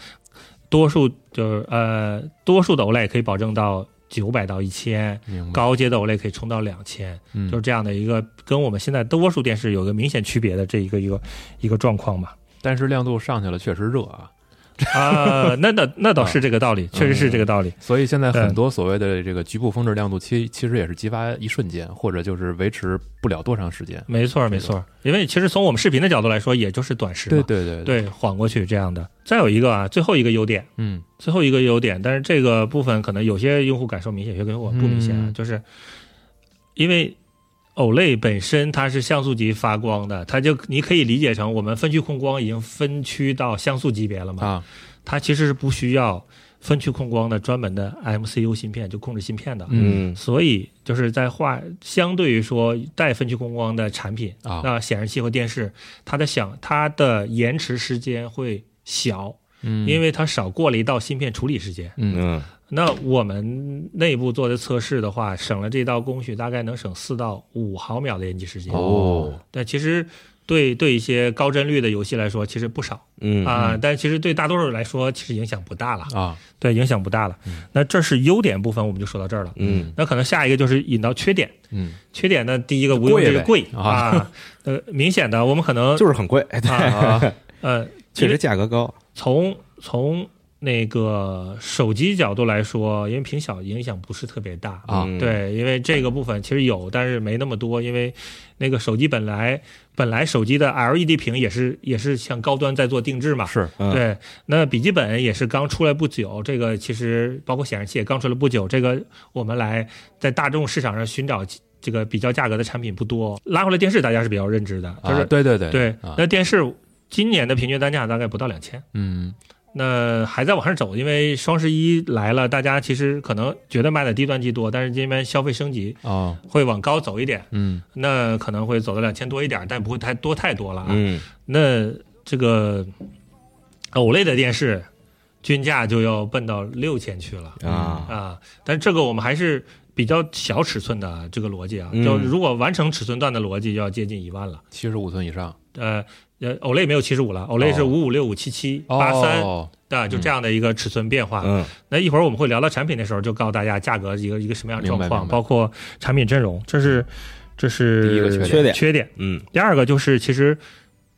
S5: 多数就是呃，多数的 OLED 可以保证到九百到一千，
S4: 明白，
S5: 高阶的 OLED 可以冲到两千。
S4: 嗯
S5: 就是这样的一个跟我们现在多数电视有一个明显区别的这一个一个一个状况嘛。
S4: 但是亮度上去了，确实热啊，
S5: 啊，那那那倒是这个道理，确实是这个道理。
S4: 所以现在很多所谓的这个局部峰值亮度，
S5: 嗯
S4: 其其实也是激发一瞬间，或者就是维持不了多长时间。
S5: 没错，没错，因为其实从我们视频的角度来说，也就是短时
S4: 对
S5: 嘛，
S4: 对对，
S5: 对，缓过去这样的。再有一个啊，最后一个优点，
S4: 嗯，
S5: 最后一个优点，但是这个部分可能有些用户感受明显，有些用户不明显啊，
S4: 嗯
S5: 就是因为 OLED 本身它是像素级发光的，它就你可以理解成我们分区控光已经分区到像素级别了嘛，
S4: 啊，
S5: 它其实是不需要分区控光的专门的 MCU 芯片，就控制芯片的。
S3: 嗯
S5: 所以就是在画，相对于说带分区控光的产品
S4: 啊
S5: 那显示器和电视，它的想它的延迟时间会小，
S4: 嗯，
S5: 因为它少过了一道芯片处理时间。
S4: 嗯
S3: 嗯
S5: 那我们内部做的测试的话，省了这道工序，大概能省四到五毫秒的延期时间。
S4: 哦，
S5: 但其实对对一些高帧率的游戏来说，其实不少
S3: 嗯
S5: 啊、但其实对大多数人来说，其实影响不大了。
S4: 啊，
S5: 对，影响不大了。那这是优点部分，我们就说到这儿了。
S3: 嗯
S5: 那可能下一个就是引到缺点。
S4: 嗯，
S5: 缺点呢，第一个毋庸置疑
S4: 贵
S5: 贵
S4: 呗
S5: 啊，呃，明显的我们可能
S3: 就是很贵，
S5: 啊，呃，
S3: 确实价格高，
S5: 从从那个手机角度来说，因为屏小影响不是特别大
S4: 啊
S3: 嗯，
S5: 对，因为这个部分其实有，但是没那么多，因为那个手机本来本来手机的 LED 屏也是也是向高端在做定制嘛，
S4: 是
S3: 嗯
S5: 对，那笔记本也是刚出来不久，这个其实包括显示器也刚出来不久，这个我们来在大众市场上寻找这个比较价格的产品不多。拉回来电视，大家是比较认知的，就是、
S4: 啊，对对对
S5: 对、
S4: 啊，
S5: 那电视今年的平均单价大概不到两千，
S4: 嗯
S5: 那还在往上走，因为双十一来了，大家其实可能觉得卖的低端机多，但是今年消费升级
S4: 哦，
S5: 会往高走一点，
S4: 嗯
S5: 那可能会走到两千多一点，但不会太多太多了啊。
S3: 嗯
S5: 那这个 OLED 的电视均价就要奔到六千去了
S3: 啊
S5: 啊！但这个我们还是比较小尺寸的啊这个逻辑啊，
S3: 嗯
S5: 就如果完成尺寸段的逻辑，就要接近一万了。
S4: 七十五寸以上，
S5: 呃呃，OLED 没有七十五了，OLED 是
S4: 哦
S5: 五五六、五七七、
S4: 哦
S5: 八三啊，就这样的一个尺寸变化。
S3: 嗯
S5: 那一会儿我们会聊到产品的时候，就告诉大家价格一个一个什么样的状
S4: 明白明
S5: 况，
S4: 白
S5: 包括产品阵容，这是这
S4: 第一个缺点
S5: 是
S3: 缺点
S5: 缺点。
S3: 嗯
S5: 第二个就是，其实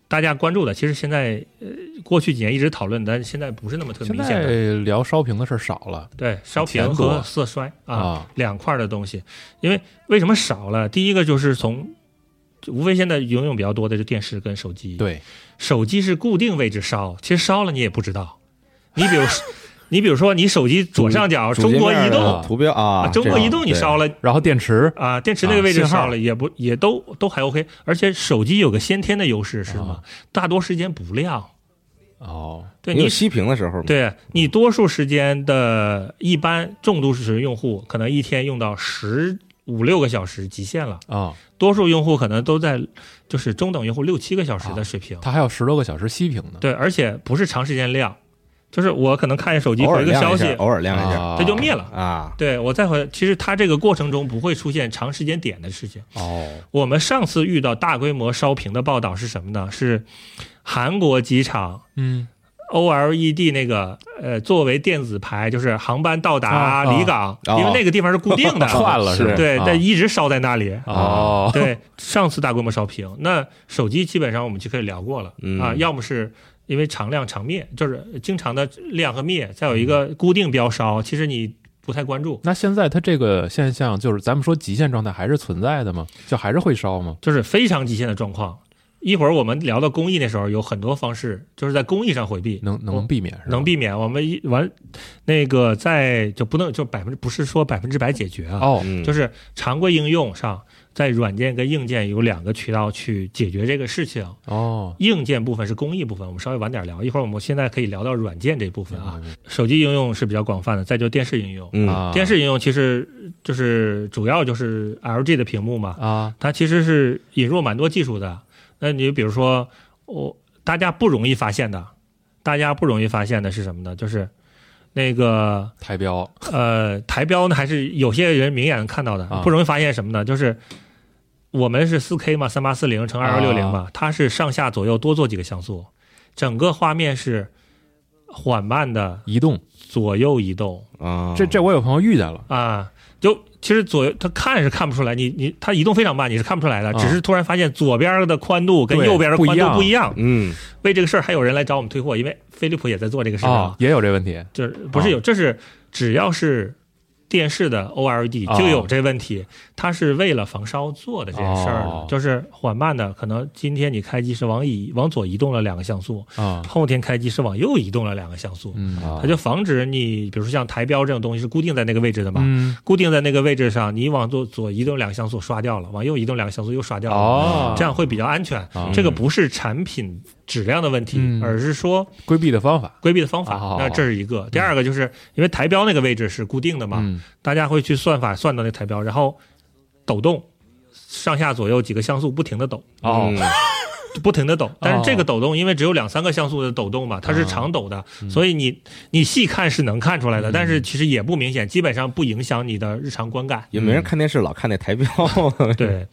S5: 大家关注的，其实现在呃过去几年一直讨论，但现在不是那么特别
S4: 现
S5: 明显的。
S4: 在聊烧屏的事儿少了
S5: 对，烧
S4: 钱
S5: 屏
S4: 多
S5: 和色衰啊
S4: 啊
S5: 两块儿的东西，因为为什么少了？第一个就是从，无非现在游泳比较多的就电视跟手机。，
S4: 对，
S5: 手机是固定位置烧，其实烧了你也不知道。你比如， 你比如说你手机左上角
S3: 主
S5: 哦中
S3: 界
S5: 国
S3: 面
S5: 移动
S3: 的图标啊，
S5: 中国
S3: 这种
S5: 移动你烧了
S4: 然后电池
S5: 啊，电池那个位置
S4: 啊信号
S5: 上了也不也
S3: 啊
S5: 都都还 OK，而且手机有个先天的优势是什么？大多时间不亮，
S4: 哦，
S5: 对
S3: 你
S5: 你
S3: 有熄屏的时候吗？，
S5: 对你多数时间的一般重度使用户，可能一天用到十五六个小时极限了。
S4: 啊，
S5: 多数用户可能都在就是中等用户六七个小时
S3: 啊
S5: 的水平。
S4: 它还有十多个小时熄屏呢，
S5: 对，而且不是长时间亮，就是我可能看见手机
S3: 偶
S5: 回
S3: 尔
S5: 个
S3: 亮
S5: 消
S3: 一
S5: 息
S3: 下，，偶尔亮一下
S4: 啊
S5: 它就灭了。
S3: 啊。
S5: 对我再回，其实它这个过程中不会出现长时间点的事情。
S4: 哦，
S5: 我们上次遇到大规模烧屏的报道是什么呢？是韩国机场
S4: 嗯，
S5: OLED 那个呃，作为电子牌，就是航班到达
S4: 啊啊
S5: 离港，
S3: 哦
S5: 因为那个地方是固定 的，
S4: 串了是吧
S5: 对，
S4: 啊
S5: 但一直烧在那里。
S4: 哦，
S5: 对，上次大规模烧屏，那手机基本上我们就可以聊过了、
S3: 嗯
S5: 啊，要么是因为常亮常灭，就是经常的亮和灭，再有
S4: 嗯
S5: 一个固定标烧，其实你不太关注，
S4: 那现在它这个现象，就是咱们说极限状态还是存在的吗？就还是会烧吗？
S5: 就是非常极限的状况。一会儿我们聊到工艺那时候，有很多方式，就是在工艺上回避，
S4: 能
S5: 我
S4: 能避免是吧？
S5: 能避免。我们一完，那个在就不能就百分之不是说百分之百解决啊，
S4: 哦，
S3: 嗯，
S5: 就是常规应用上，在软件跟硬件有两个渠道去解决这个事情。
S4: 哦，
S5: 硬件部分是工艺部分，我们稍微晚点聊。一会儿我们现在可以聊到软件这部分啊
S4: 明白。明
S5: 手机应用是比较广泛的，再就电视应用。
S3: 嗯
S4: 白啊，
S5: 电视应用其实就是主要就是 LG 的屏幕嘛，
S4: 啊，
S5: 它其实是引入蛮多技术的。那你比如说，我、大家不容易发现的，大家不容易发现的是什么呢？就是那个
S4: 台标
S5: 呃台标呢，还是有些人明眼能看到的
S4: 啊。
S5: 不容易发现什么呢？就是我们是4 K 嘛，三八四零乘二幺六零嘛，它是上下左右多做几个像素，整个画面是缓慢的
S4: 移动，
S5: 左右移动
S3: 啊，
S4: 这这我有朋友遇见了，
S5: 啊。就其实左右它看是看不出来，你你它移动非常慢，你是看不出来的，
S4: 啊
S5: 只是突然发现左边的宽度跟
S4: 对
S5: 右边的宽
S4: 不一
S5: 度
S4: 样
S5: 不一样。
S3: 嗯
S5: 为这个事儿还有人来找我们退货，因为飞利浦也在做这个事情啊。
S4: 哦，也有这问题，
S5: 就是不
S4: 啊
S5: 是有，这是只要是电视的 OLED
S4: 哦
S5: 就有这问题，它是为了防烧做的这件事儿
S4: 哦
S5: 呢，就是缓慢的，可能今天你开机是往移往左移动了两个像素，
S4: 啊，
S5: 后天开机是往右移动了两个像素，
S4: 嗯
S3: 啊
S5: 它嗯就防止你，比如说像台标这种东西是固定在那个位置的嘛。
S4: 嗯，
S5: 固定在那个位置上，你往左左移动两个像素刷掉了，往右移动两个像素又刷掉了，
S4: 哦
S5: 这样会比较安全。
S4: 啊
S5: 这个不是产品质量的问题，
S4: 嗯
S5: 而是说
S4: 规避的方法，
S5: 规避的方法
S4: 哦。
S5: 那这是一个。第二个就是因为台标那个位置是固定的嘛，
S4: 嗯
S5: 大家会去算法算到那台标，然后抖动。上下左右几个像素不停的抖，
S4: 哦
S3: 嗯
S5: 不停的抖，但是这个抖动因为只有两三个像素的抖动嘛，它
S4: 嗯
S5: 是长抖的，所以你你细看是能看出
S4: 嗯
S5: 来的，但是其实也不明显，基本上不影响你的日常观感。
S3: 也没人看电视，老看那台标。
S5: 对，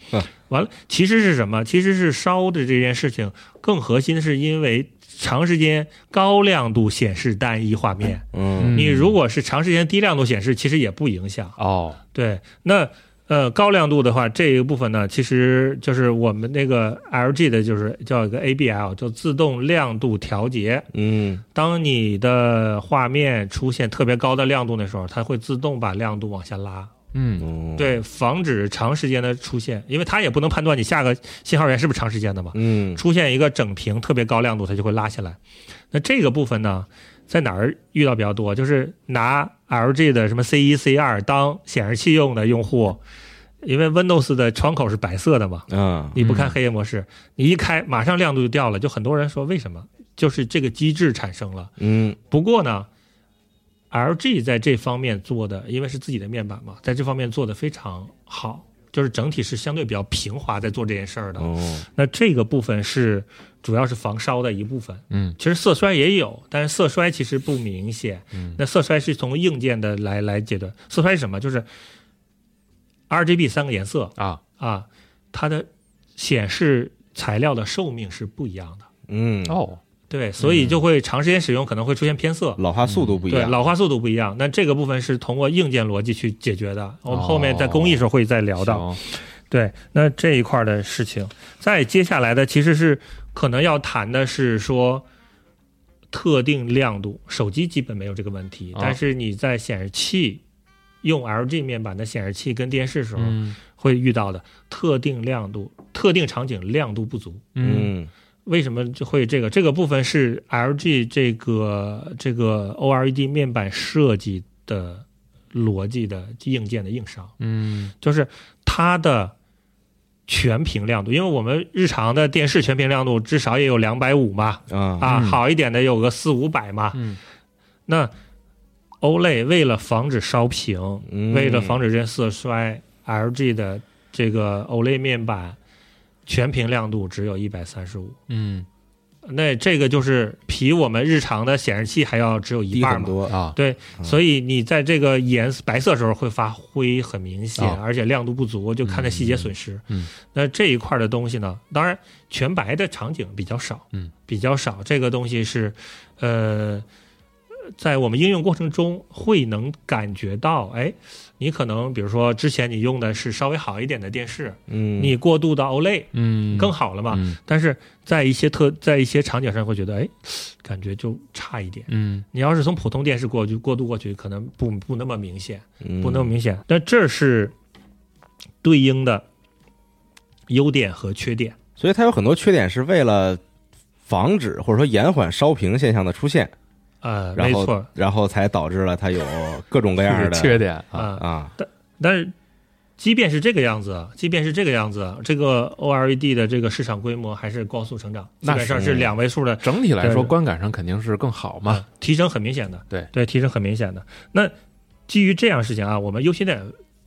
S5: 完了，其实是什么？其实是烧的这件事情更核心，是因为长时间高亮度显示单一画面，
S3: 嗯
S5: 你如果是长时间低亮度显示，其实也不影响。
S4: 哦，
S5: 对，那呃高亮度的话，这一部分呢，其实就是我们那个 LG 的，就是叫一个 ABL，就自动亮度调节。
S3: 嗯
S5: 当你的画面出现特别高的亮度的时候，它会自动把亮度往下拉，
S4: 嗯
S3: 嗯，
S5: 对，防止长时间的出现，因为它也不能判断你下个信号源是不是长时间的嘛。
S3: 嗯
S5: 出现一个整屏特别高亮度，它就会拉下来。那这个部分呢，在哪儿遇到比较多？就是拿 LG 的什么 C 一、C 二当显示器用的用户，因为 Windows 的窗口是白色的嘛，
S3: 嗯
S5: 你不看黑夜模式，你一开马上亮度就掉了，就很多人说为什么？就是这个机制产生了。
S3: 嗯
S5: 不过呢，LG 在这方面做的，因为是自己的面板嘛，在这方面做的非常好，就是整体是相对比较平滑在做这件事儿的。
S3: 哦
S5: 那这个部分是主要是防烧的一部分。
S4: 嗯，
S5: 其实色衰也有，但是色衰其实不明显。嗯，那色衰是从硬件的来来解决。色衰是什么？就是 R G B 三个颜色
S4: 啊，
S5: 啊，它的显示材料的寿命是不一样的。
S3: 嗯，
S4: 哦，
S5: 对，所以就会长时间使用可能会出现偏色。
S3: 老化速度不一
S5: 嗯对，
S3: 样。
S5: 老化速度不一样，那这个部分是通过硬件逻辑去解决的。
S3: 哦
S5: 我们后面在工艺时候会再聊到。
S4: 行
S5: 对，那这一块儿的事情，再接下来的其实是可能要谈的是说特定亮度，手机基本没有这个问题，
S3: 哦
S4: 啊
S5: 但是你在显示器用 LG 面板的显示器跟电视时候
S4: 嗯
S5: 会遇到的特定亮度、特定场景亮度不足。
S4: 嗯
S3: 嗯
S5: 为什么就会这个？这个部分是 LG 这个这个 OLED 面板设计的逻辑的硬件的硬伤。
S4: 嗯
S5: 就是它的全屏亮度，因为我们日常的电视全屏亮度至少也有两百五嘛，
S3: 啊，
S5: 啊，
S4: 嗯
S5: 好一点的有个四五百嘛。
S4: 嗯
S5: 那 OLED 为了防止烧屏，
S3: 嗯
S5: 为了防止这色衰，LG 的这个 OLED 面板全屏亮度只有一百三十五，
S4: 嗯
S5: 那这个就是比我们日常的显示器还要只有一
S3: 低
S5: 半
S3: 很
S5: 嘛。
S3: 多，
S4: 啊，
S5: 对，所以你在这个颜色白色时候会发灰很明显，
S4: 啊
S5: 而且亮度不足，就看它细节损失。
S4: 嗯嗯
S5: 那这一块的东西呢，当然全白的场景比较少，
S4: 嗯，
S5: 比较少。这个东西是，呃，在我们应用过程中会能感觉到，哎，你可能比如说之前你用的是稍微好一点的电视，
S3: 嗯，
S5: 你过渡到 OLED
S4: 嗯，
S5: E 更好了嘛，
S4: 嗯
S5: 但是在一些特在一些场景上会觉得，哎，感觉就差一点。
S4: 嗯
S5: 你要是从普通电视过去过渡过去，可能不不那么明显，
S3: 嗯
S5: 不那么明显。那这是对应的优点和缺点。
S3: 所以它有很多缺点是为了防止或者说延缓烧屏现象的出现，
S5: 呃，没
S3: 然后啊
S5: 错，
S3: 然后才导致了它有各种各样的
S4: 缺点啊，
S5: 啊、
S3: 啊，
S5: 但是即便是这个样子，即便是这个样子，这个 OLED 的这个市场规模还是高速成长，基
S4: 那
S5: 本上
S3: 是
S5: 是两位数的
S4: 整体来说
S5: 对
S4: 观感上肯定是更好嘛
S5: 啊，，提升很明显的，
S4: 对
S5: 对，提升很明显的。那基于这样事情啊，我们优缺点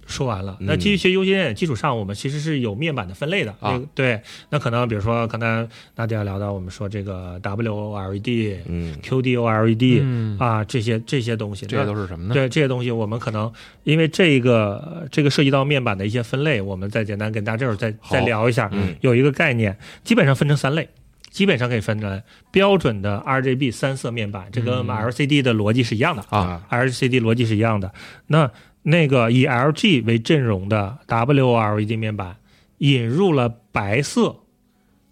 S5: 说完了。
S3: 嗯
S5: 那基于学优缺点的基础上，我们其实是有面板的分类的
S4: 啊
S5: 那个对，那可能比如说刚才大家聊到，我们说这个 E WOLED、
S3: 嗯
S5: QDOLED、
S4: 嗯，
S5: 啊这些这些东西，
S4: 这些都是什么
S5: 那
S4: 呢？
S5: 对这些东西，我们可能因为这个这个涉及到面板的一些分类，我们再简单跟大家这会儿再
S4: 好
S5: 再聊一下。
S3: 嗯
S5: 有一个概念，基本上分成三类，基本上可以分成标准的 RGB 三色面板，这跟我们 LCD 的逻辑是一样的、
S4: 啊
S5: l c d 逻辑是一样的。那那个以 LG 为阵容的 WOLED 面板引入了白色。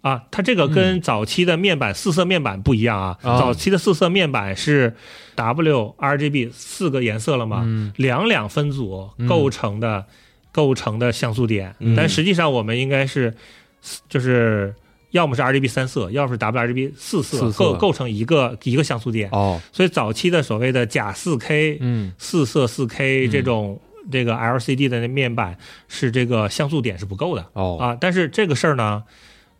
S5: 啊，它这个跟早期的面板、四色面板不一样啊。
S4: 啊
S5: 早期的四色面板是 W、RGB 四个颜色了嘛，
S4: 嗯
S5: 两两分组
S4: 嗯
S5: 构成的、构成的像素点，
S3: 嗯
S5: 但实际上我们应该是就是要么是 RGB 三色，要么是 WRGB 四色
S4: 四色
S5: 构构成一个一个像素点。
S4: 哦
S5: 所以早期的所谓的假四 K、
S4: 嗯
S5: 四色四 K
S4: 嗯
S5: 这种、这个 LCD 的那面板是这个像素点是不够的、
S4: 哦
S5: 啊。但是这个事儿呢，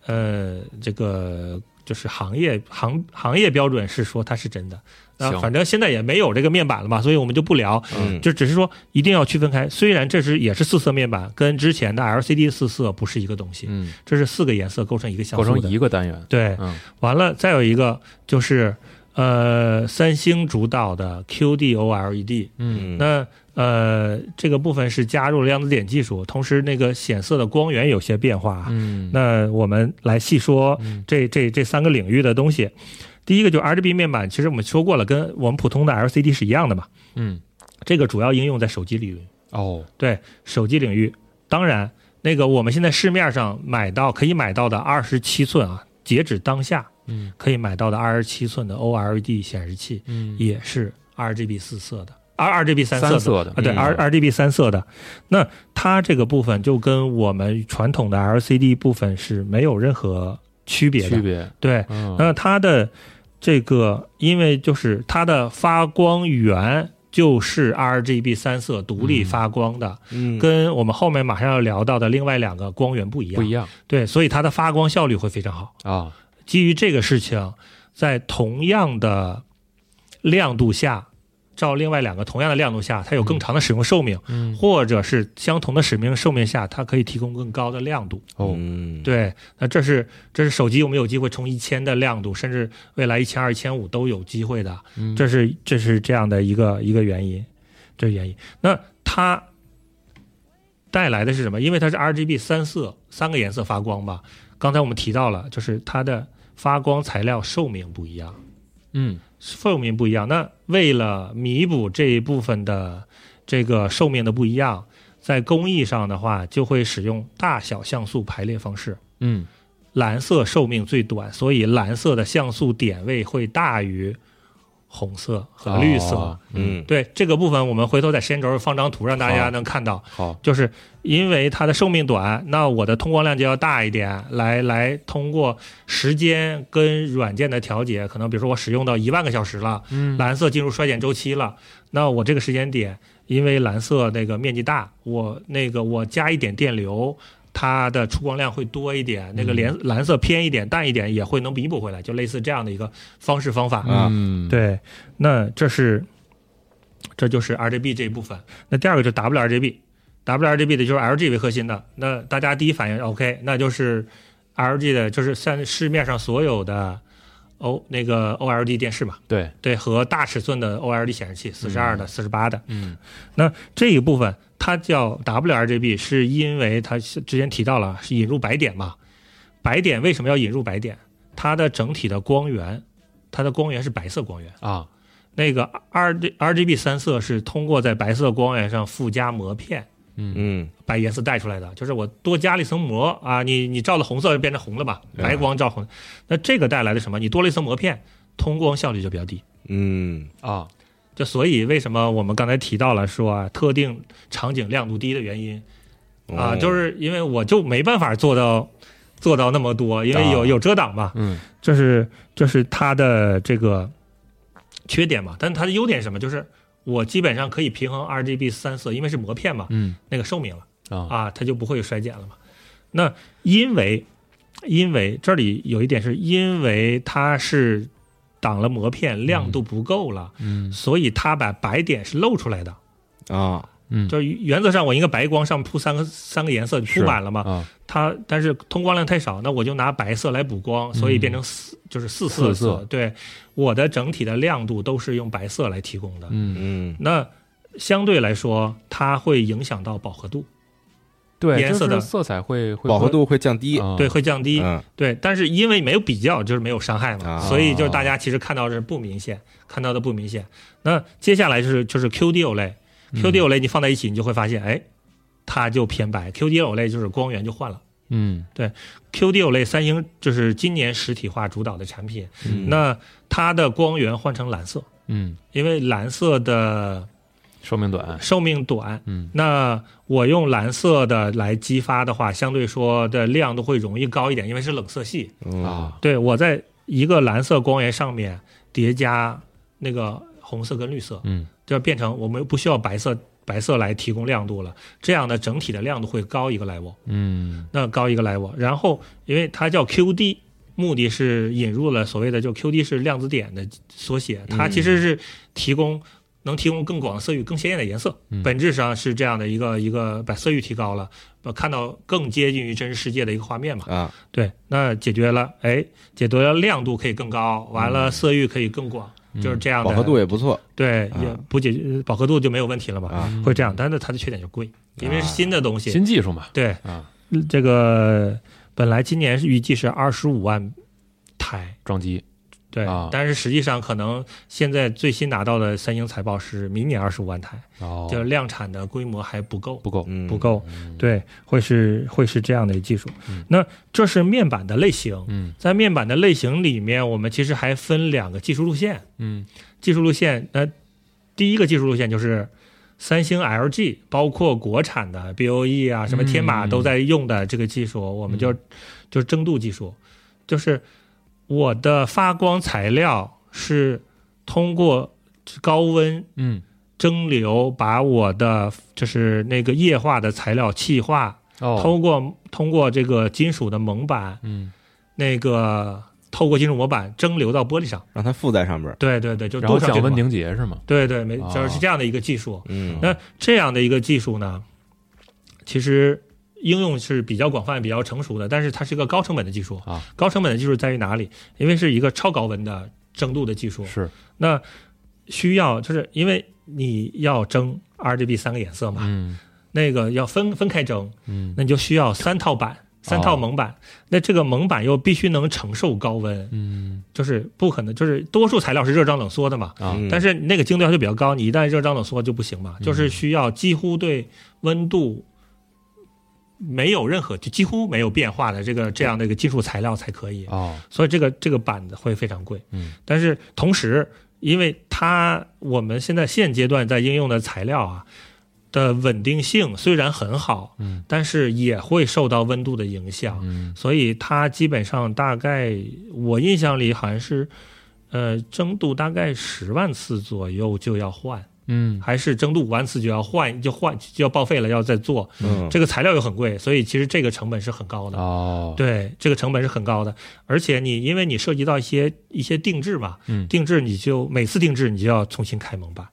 S5: 呃，这个。就是行业行行业标准是说它是真的，那
S4: 行
S5: 反正现在也没有这个面板了嘛，所以我们就不聊。
S3: 嗯，
S5: 就只是说一定要区分开。虽然这是也是四色面板，跟之前的 LCD 四色不是一个东西，
S4: 嗯，
S5: 这是四个颜色构成一个像
S4: 构
S5: 素
S4: 成
S5: 的。
S4: 一个单元，
S5: 对，
S4: 嗯
S5: 完了再有一个就是呃，三星主导的 QD-OLED，
S4: 嗯
S3: 嗯
S5: E 那呃这个部分是加入了量子点技术，同时那个显色的光源有些变化。
S4: 嗯，
S5: 啊那我们来细说
S4: 嗯
S5: 这这这三个领域的东西。第一个就是 RGB 面板，其实我们说过了，跟我们普通的 LCD 是一样的嘛。
S4: 嗯
S5: 这个主要应用在手机领域。
S4: 哦
S5: 对手机领域，当然，那个我们现在市面上买到可以买到的二十七寸啊，截止当下
S4: 嗯
S5: 可以买到的二十七寸的 OLED 显示器
S4: 嗯
S5: 也是 RGB 四色的，R RGB 三色
S4: 三
S5: 的。
S4: 色的
S5: 啊，对
S3: 嗯
S5: ，R R G B 三色的，那它这个部分就跟我们传统的 L C D 部分是没有任何区别的。
S4: 区别，
S5: 对，
S4: 嗯
S5: 那它的这个，因为就是它的发光源就是 R G B 三色独
S4: 嗯
S5: 立发光的，
S3: 嗯
S5: 跟我们后面马上要聊到的另外两个光源不一样，
S4: 不一样
S5: 对，所以它的发光效率会非常好。
S4: 啊，
S5: 基于这个事情，在同样的亮度下，照另外两个同样的亮度下，它有更长的使用寿命，
S4: 嗯
S5: 或者是相同的使用寿命下，它可以提供更高的亮度。
S4: 哦
S3: 嗯，
S5: 对，那这是这是手机有没有机会冲一千的亮度，甚至未来一千二、一千五都有机会的。
S4: 嗯
S5: 这是这是这样的一个一个原因，这是原因。那它带来的是什么？因为它是 RGB 三色三个颜色发光吧。刚才我们提到了，就是它的发光材料寿命不一样，
S4: 嗯
S5: 寿命不一样。那为了弥补这一部分的这个寿命的不一样，在工艺上的话，就会使用大小像素排列方式。
S4: 嗯
S5: 蓝色寿命最短，所以蓝色的像素点位会大于红色和绿色。
S4: 哦
S3: 嗯，
S5: 对这个部分，我们回头在时间轴上放张图，让大家
S4: 好
S5: 能看到。
S4: 好
S5: 就是因为它的寿命短，那我的通过量就要大一点，来来通过时间跟软件的调节，可能比如说我使用到一万个小时了，
S4: 嗯
S5: 蓝色进入衰减周期了，那我这个时间点，因为蓝色那个面积大，我那个我加一点电流，它的出光量会多一点，
S4: 嗯
S5: 那个蓝蓝色偏一点、淡一点也会能弥补回来，就类似这样的一个方式方法。
S3: 啊
S4: 嗯，
S5: 对，那这是这就是 RGB 这一部分。那第二个就是 WRGB。WRGB 的就是 LG 为核心的，那大家第一反应 OK，那就是 LG 的，就是像市面上所有的 O 那个 OLED 电视嘛，
S4: 对，
S5: 对，和大尺寸的 OLED 显示器，四十二的、四十八的
S4: 嗯
S5: 这一部分，它叫 WRGB，是因为它是之前提到了是引入白点嘛？白点为什么要引入白点？它的整体的光源，它的光源是白色光源。
S4: 啊，
S5: 那个 R RGB 三色是通过在白色光源上附加膜片，
S4: 嗯
S3: 嗯
S5: 把颜色带出来的，就是我多加了一层膜啊，你你照了红色就变成红了嘛，
S3: 对
S5: 白光照红。那这个带来的什么？你多了一层膜片，通光效率就比较低。
S3: 嗯
S4: 啊，
S5: 就所以为什么我们刚才提到了说啊，特定场景亮度低的原因啊，
S3: 哦
S5: 就是因为我就没办法做到做到那么多，因为有
S3: 啊
S5: 有遮挡嘛，
S4: 嗯
S5: 这是这是它的这个缺点嘛。但它的优点是什么？就是我基本上可以平衡 RGB 三色，因为是膜片嘛，
S4: 嗯
S5: 那个寿命了。
S4: 啊
S5: 啊，它就不会有衰减了嘛。那因为因为这里有一点是因为它是挡了膜片，亮度不够了，
S4: 嗯
S5: 所以它把白点是露出来的。
S3: 啊
S4: 嗯，
S5: 就是原则上我一个白光上铺三个三个颜色铺满了嘛，
S4: 啊，
S5: 它但是通光量太少，那我就拿白色来补光，所以变成四、就是四色
S4: 嗯四色
S5: 对，我的整体的亮度都是用白色来提供的。
S4: 嗯，
S3: 嗯
S5: 那相对来说，它会影响到饱和度，
S4: 对，
S5: 颜
S4: 就
S5: 色
S4: 是
S5: 的
S4: 色彩会会
S3: 饱和度会降低，
S4: 啊
S5: 对，会降低。
S3: 嗯
S5: 对，但是因为没有比较，就是没有伤害嘛，
S3: 啊
S5: 所以就是大家其实看到是不明显，看到的不明显。那接下来就是就是 QD
S4: 嗯
S5: OLED，QD OLED 你放在一起，你就会发现，哎，它就偏白。QD OLED 就是光源就换了
S4: 嗯
S5: ，QD OLED 三星就是今年实体化主导的产品，
S4: 嗯
S5: 那它的光源换成蓝色，
S4: 嗯，
S5: 因为蓝色的
S4: 寿命短，
S5: 寿命短。
S4: 嗯
S5: 那我用蓝色的来激发的话，相对说的亮度会容易高一点，因为是冷色系。
S3: 哦
S4: 啊，
S5: 对，我在一个蓝色光源上面叠加那个红色跟绿色，
S4: 嗯
S5: 就变成我们不需要白色白色来提供亮度了，这样的整体的亮度会高一个 level，
S4: 嗯
S5: 那高一个 level。然后因为它叫 QD，目的是引入了所谓的就 QD 是量子点的缩写，它其
S3: 嗯
S5: 实是提供。能提供更广的色域、更鲜艳的颜色
S4: 嗯，
S5: 本质上是这样的一个一个把色域提高了，把看到更接近于真实世界的一个画面嘛。
S3: 啊
S5: 对，那解决了，哎，解决了亮度可以更高，完了色域可以更广，就是这样
S3: 嗯
S5: 的。
S3: 饱和度也不错
S5: 对，
S3: 啊
S5: 也不解决饱和度就没有问题了嘛，
S3: 啊
S5: 会这样。但是它的缺点就贵，因为是新的东西。
S4: 新技术嘛，
S5: 对，
S4: 啊，
S5: 这个本来今年是预计是二十五万台，
S4: 撞击
S5: 对，
S4: 啊
S5: 但是实际上可能现在最新拿到的三星财报是明年二十五万台，
S4: 哦
S5: 就是量产的规模还不够。
S4: 不够，
S3: 嗯
S5: 不够，对，会是会是这样的技术
S4: 嗯。
S5: 那这是面板的类型，
S4: 嗯
S5: 在面板的类型里面，我们其实还分两个技术路线。
S4: 嗯
S5: 技术路线，那、第一个技术路线就是三星、LG，包括国产的 BOE 啊，什么天马
S4: 嗯
S5: 都在用的这个技术，我们就就是蒸镀技术，就是我的发光材料是通过高温
S4: 嗯，
S5: 蒸馏把我的就是那个液化的材料气化，
S4: 哦，
S5: 通过通过这个金属的蒙板。
S4: 嗯，
S5: 那个透过金属模板蒸馏到玻璃上。
S3: 让它附在上边儿
S5: 对对对，就
S4: 然后
S5: 镀上
S4: 讲
S5: 这个
S4: 温
S5: 膜。
S4: 凝结是吗？
S5: 对对，没
S4: 哦
S5: 就是这样的一个技术。
S3: 嗯
S5: 那这样的一个技术呢，其实应用是比较广泛、比较成熟的，但是它是一个高成本的技术。
S4: 啊，
S5: 高成本的技术在于哪里？因为是一个超高温的蒸镀的技术，
S4: 是，
S5: 那需要就是因为你要蒸 RGB 三个颜色嘛，
S4: 嗯
S5: 那个要分分开蒸，
S4: 嗯
S5: 啊那你就需要三套板。三套
S4: 哦
S5: 蒙板，那这个蒙板又必须能承受高温，
S4: 嗯
S5: 就是不可能，就是多数材料是热胀冷缩的嘛，
S4: 啊，
S3: 嗯
S5: 但是那个精度要求比较高，你一旦热胀冷缩就不行
S4: 嗯
S5: 嘛，就是需要几乎对温度没有任何就几乎没有变化的这个这样的一个金属材料才可以，
S4: 哦，
S5: 所以这个这个板子会非常贵。
S4: 嗯，
S5: 但是同时，因为它我们现在现阶段在应用的材料啊的稳定性虽然很好，
S4: 嗯，
S5: 但是也会受到温度的影响，
S4: 嗯
S5: 所以它基本上大概我印象里好像是，呃，蒸镀大概十万次左右就要换，
S4: 嗯
S5: 还是蒸镀完次就要换，就换就要报废了，要再做。
S3: 嗯，
S5: 这个材料又很贵，所以其实这个成本是很高的。
S4: 哦，
S5: 对，这个成本是很高的，而且你因为你涉及到一些一些定制嘛，
S4: 嗯
S5: 定制你就每次定制你就要重新开模板，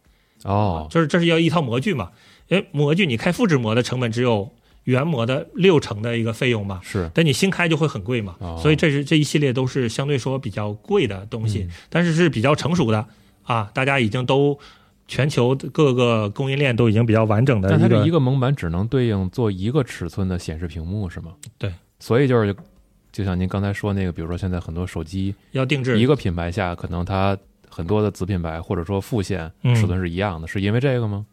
S4: 哦，
S5: 就是这是要一套模具嘛，因为模具你开复制模的成本只有原模的六成的一个费用嘛，
S4: 是
S5: 但你新开就会很贵嘛，
S4: 哦
S5: 所以这是这一系列都是相对说比较贵的东西，
S4: 嗯
S5: 但是是比较成熟的啊，大家已经都全球各个供应链都已经比较完整的
S4: 但它
S5: 呃一
S4: 这
S5: 个
S4: 一个蒙版只能对应做一个尺寸的显示屏幕是吗？
S5: 对，
S4: 所以就是就像您刚才说那个，比如说现在很多手机
S5: 要定制
S4: 一个品牌下，可能它很多的子品牌或者说副线
S5: 嗯
S4: 尺寸是一样的，是因为这个吗？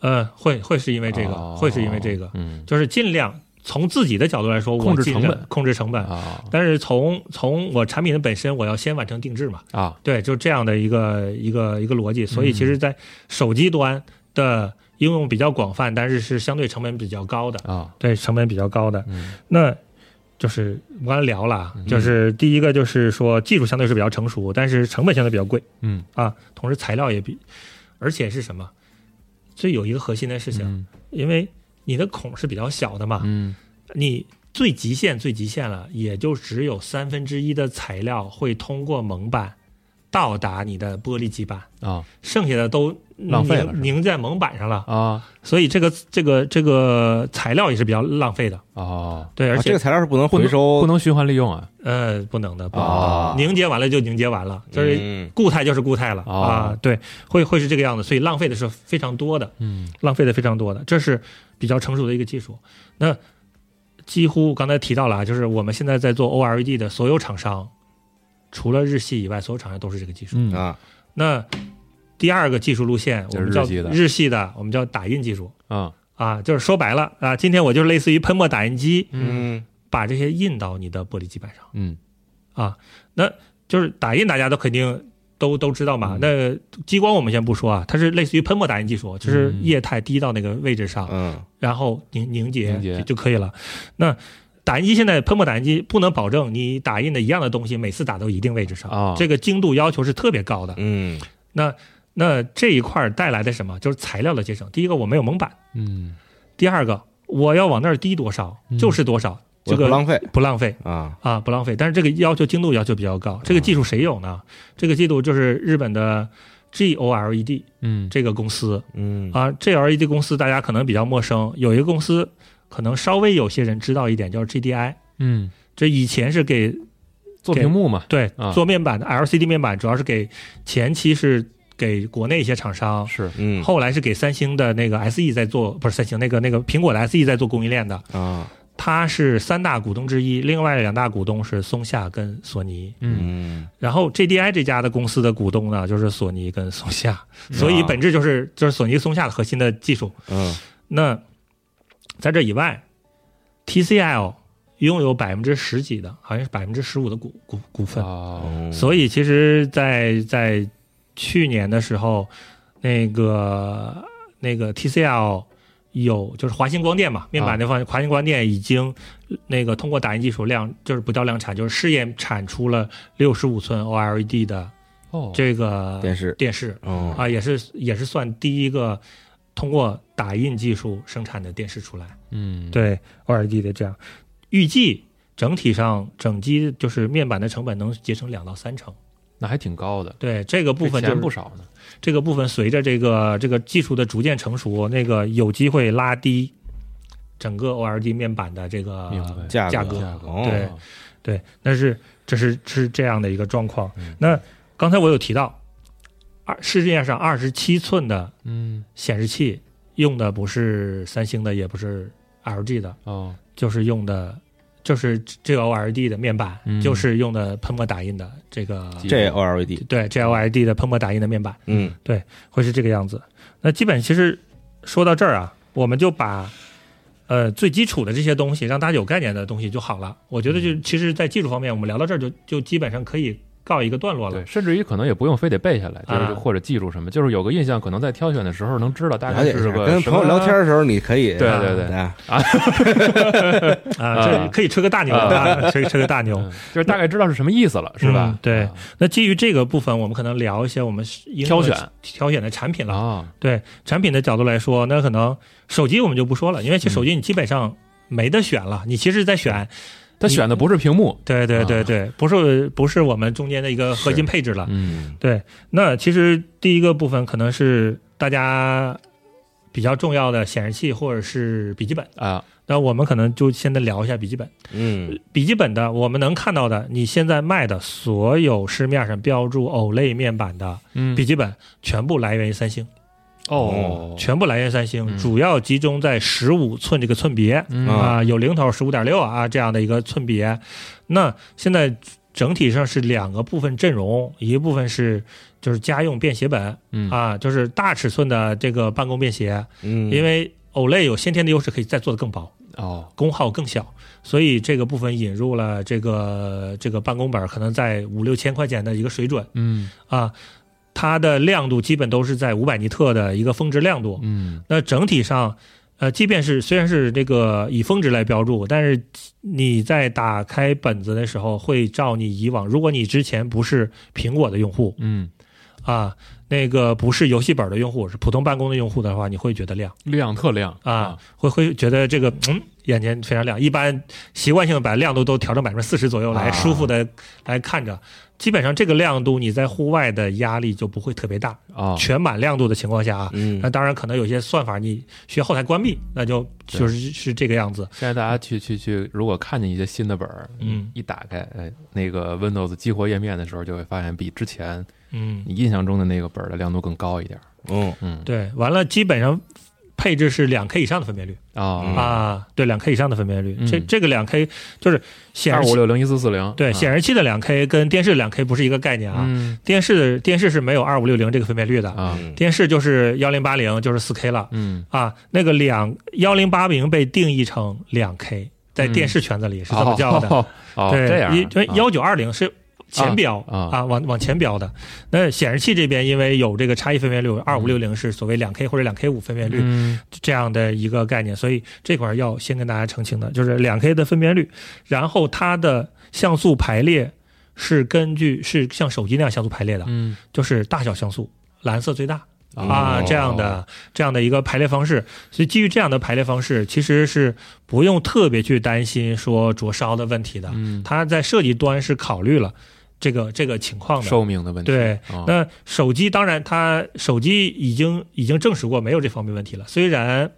S5: 呃，会会是因为这个，
S4: 哦
S5: 会是因为这个，
S4: 嗯
S5: 就是尽量从自己的角度来说，
S4: 控
S5: 我
S4: 制
S5: 尽
S4: 成
S5: 量
S4: 本
S5: 控制成本。
S4: 啊
S5: 但是从从我产品的本身，我要先完成定制嘛，
S4: 啊，
S5: 对，就这样的一个一个一个逻辑。所以
S4: 嗯
S5: 其实，在手机端的应用比较广泛，但是是相对成本比较高的，
S4: 啊，
S5: 对，成本比较高的。
S4: 嗯
S5: 那就是我刚才聊了啊，就是第一个就是说技术相对是比较成熟，但是成本相对比较贵
S4: 嗯
S5: 啊，同时材料也比，而且是什么？这有一个核心的事情，
S4: 嗯
S5: 因为你的孔是比较小的嘛，
S4: 嗯
S5: 你最极限最极限了，也就只有三分之一的材料会通过蒙板到达你的玻璃基板，
S4: 啊
S5: 剩下的都
S4: 浪费了是吧
S5: 凝凝在蒙板上了。
S4: 啊
S5: 所以这个这个这个材料也是比较浪费的，
S4: 哦，
S5: 对，而
S3: 啊这
S5: 且、
S3: 个材料是不能
S4: 不
S3: 回
S4: 能
S3: 收
S4: 不能循环利用啊
S5: 呃不能的，不能的
S4: 啊
S5: 凝结完了就凝结完了，就是
S3: 嗯
S5: 固态就是固态了、
S4: 哦
S5: 啊，对，会会是这个样子，所以浪费的是非常多的。
S4: 嗯
S5: 浪费的非常多的，这是比较成熟的一个技术。那几乎刚才提到了啊，就是我们现在在做 OLED 的所有厂商，除了日系以外，所有厂商都是这个技术。
S4: 嗯
S3: 啊，
S5: 那第二个技术路线，我们叫
S4: 就是日系的
S5: 日系的，我们叫打印技术
S4: 啊
S5: 啊，就是说白了啊，今天我就是类似于喷墨打印机，
S4: 嗯
S5: 把这些印到你的玻璃基板上
S4: 嗯
S5: 啊。那就是打印，大家都肯定。都都知道嘛，那激光我们先不说啊，它是类似于喷墨打印技术，就是
S4: 嗯
S5: 液态滴到那个位置上，
S3: 嗯
S5: 然后凝凝结
S4: 凝结
S5: 就就可以了。那打印机现在喷墨打印机不能保证你打印的一样的东西每次打到一定位置上，
S4: 啊
S5: 这个精度要求是特别高的。
S3: 嗯
S5: 那那这一块儿带来的什么？就是材料的节省。第一个我没有蒙版，
S4: 嗯
S5: 第二个我要往那儿滴多少
S4: 嗯
S5: 就是多少，
S3: 我
S5: 这
S3: 也
S5: 个
S3: 不浪费
S5: 不浪费。
S3: 啊，
S5: 啊，不浪费，但是这个要求精度要求比较高，这个技术
S4: 嗯
S5: 谁有呢？这个技术就是日本的 GOLED
S4: 嗯
S5: E 这个公司，
S3: 嗯
S5: 啊，GLED 公司大家可能比较陌生，有一个公司可能稍微有些人知道一点，就是 GDI。
S4: 嗯，
S5: 这以前是给
S4: 做屏幕嘛
S5: 对
S4: 啊
S5: 做面板的 LCD 面板，主要是给前期是给国内一些厂商，
S4: 是
S3: 嗯
S5: 后来是给三星的那个 SE 在做，不是三星那个那个苹果的 SE 在做供应链的。
S3: 啊
S5: 它是三大股东之一，另外两大股东是松下跟索尼。
S4: 嗯
S3: 嗯
S5: 然后 GDI 这家的公司的股东呢，就是索尼跟松下，所以本质就是就是索尼松下的核心的技术。
S3: 嗯
S5: 那在这以外，TCL 拥有百分之十几的，好像是百分之十五的股股股份，
S4: 哦
S3: 嗯，
S5: 所以其实在，在去年的时候，那个那个 TCL 有就是华星光电
S3: 啊
S5: 嘛，面板那方面，华星光电已经那个通过打印技术量就是不叫量产，就是试验产出了六十五寸 OLED 的
S4: 哦
S5: 这个
S3: 电视
S5: 电视
S3: 哦
S5: 啊，也是也是算第一个通过打印技术生产的电视出来。
S4: 嗯
S5: 对 OLED 的这样，预计整体上整机就是面板的成本能节省两到三成。
S4: 那还挺高的，
S5: 对这个部分
S4: 这
S5: 就是
S4: 钱不少呢
S5: 这个部分随着这个这个技术的逐渐成熟，那个有机会拉低整个 OLED 面板的这个
S4: 明白
S3: 价
S5: 价
S3: 格
S5: 格
S4: 价格
S3: 哦
S5: 对对，但是这是是这样的一个状况。
S4: 嗯
S5: 那刚才我有提到，二世界上二十七寸的
S4: 嗯
S5: 显示器用的不是三星的，也不是 LG 的，
S4: 哦
S5: 就是用的就是这 OLED 的面板，
S4: 嗯
S5: 就是用的喷墨打印的这个
S4: 机
S3: 这 OLED
S5: 对 GLED 的喷墨打印的面板
S3: E 嗯
S5: 会是这个样子。那基本其实说到这儿啊，我们就把。呃，最基础的这些
S4: 嗯
S5: 东西，让大家有概念的东西就好了。我觉得就其实，在技术方面，我们聊到这儿就就基本上可以告一个段落了
S4: 对，。甚至于可能也不用非得背下来，就是
S5: 啊
S4: 或者记住什么，就是有个印象，可能在挑选的时候能知道大
S3: 了
S4: 概
S3: 解一
S4: 是
S3: 下，
S4: 个
S3: 跟
S4: 什
S3: 朋友
S4: 么嗯
S3: 聊天的时候，你可以
S4: 对对对
S3: 啊，
S5: 啊，这
S4: 啊
S5: 可以吹个大牛啊，吹吹个大牛。
S4: 嗯就是大概知道是什么意思了，是吧
S5: 嗯？对
S4: 啊
S5: 那基于这个部分，我们可能聊一些我们应用
S4: 挑
S5: 的
S4: 选
S5: 挑选的产品了。
S4: 啊，
S5: 对产品的角度来说，那可能手机我们就不说了，因为其
S4: 嗯
S5: 实手机你基本上没得选了，你其实在选，
S4: 他选的不是屏幕，
S5: 对对对
S4: 啊
S5: 对，不是不是我们中间的一个核心配置了。
S4: 嗯
S5: 对，那其实第一个部分可能是大家比较重要的显示器或者是笔记本，
S4: 啊，
S5: 那我们可能就现在聊一下笔记本。
S3: 嗯，
S5: 笔记本的，我们能看到的，你现在卖的所有市面上标注 OLED 面板的
S4: 嗯
S5: 笔记本，全部来源于三星，
S4: 哦，
S5: 全部来源于三星，
S4: 嗯
S5: 主要集中在十五寸这个寸别、
S4: 嗯
S5: 啊，有零头十五点六啊这样的一个寸别。那现在整体上是两个部分阵容，一部分是就是家用便携本
S4: 嗯
S5: 啊，就是大尺寸的这个办公便携，
S3: 嗯，
S5: 因为 OLED 有先天的优势，可以再做的更薄。
S4: 哦，
S5: 功耗更小，所以这个部分引入了这个这个办公本儿可能在五六千块钱的一个水准
S4: 嗯
S5: 啊，它的亮度基本都是在五百尼特的一个峰值亮度。
S4: 嗯
S5: 那整体上，呃，即便是虽然是这个以峰值来标注，但是你在打开本子的时候，会照你以往，如果你之前不是苹果的用户
S4: 嗯，
S5: 啊，那个不是游戏本儿的用户，是普通办公的用户的话，你会觉得亮。
S4: 亮特亮
S5: 啊，，会会觉得这个嗯眼前非常亮，一般习惯性把亮度都调整百分之四十左右来
S3: 啊
S5: 舒服的来看着，基本上这个亮度你在户外的压力就不会特别大，
S4: 啊，
S5: 全满亮度的情况下啊。
S3: 嗯
S5: 那当然，可能有些算法你需要后台关闭，那就
S4: 对
S5: 就是是这个样子。
S4: 现在大家去去去，如果看见一些新的本儿，
S5: 嗯
S4: 一打开，哎，那个 Windows 激活页面的时候，就会发现比之前
S5: 嗯，
S4: 你印象中的那个本儿的亮度更高一点儿。
S3: 嗯
S4: 嗯，
S5: 对，完了，基本上配置是两 K 以上的分辨率
S3: 嗯
S4: 啊，
S5: 啊，对，两 K 以上的分辨率。
S4: 嗯
S5: 这这个两 K 就是显
S4: 二
S5: 示
S4: 五
S5: 器，
S4: 六零一四四零，
S5: 对，
S4: 啊
S5: 显示器的两 K 跟电视两 K 不是一个概念啊。
S4: 嗯
S5: 电视电视是没有二五六零这个分辨率的，
S4: 啊，
S3: 嗯
S5: 电视就是幺零八零，就是四 K 了
S4: 嗯，
S5: 啊。那个两幺零八零被定义成两 K，在
S4: 嗯
S5: 电视圈子里是这么叫的。
S4: 哦，哦
S5: 对，
S4: 这样啊，
S5: 因因为幺九二零是前标
S4: 啊
S5: 往往前标的。那显示器这边因为有这个差异分辨率，二五六零是所谓两 K 或者两 K 五分辨率、
S4: 嗯
S5: 这样的一个概念，所以这块儿要先跟大家澄清的，就是两 K 的分辨率，然后它的像素排列是根据是像手机那样像素排列的，
S4: 嗯
S5: 就是大小像素，蓝色最大
S4: 哦
S5: 啊，这样的这样的一个排列方式。所以基于这样的排列方式，其实是不用特别去担心说灼烧的问题的。
S4: 嗯，
S5: 它在设计端是考虑了这个这个情况的。
S4: 寿命的问题，
S5: 对，
S4: 哦，
S5: 那手机当然它手机已经已经证实过没有这方面问题了。虽然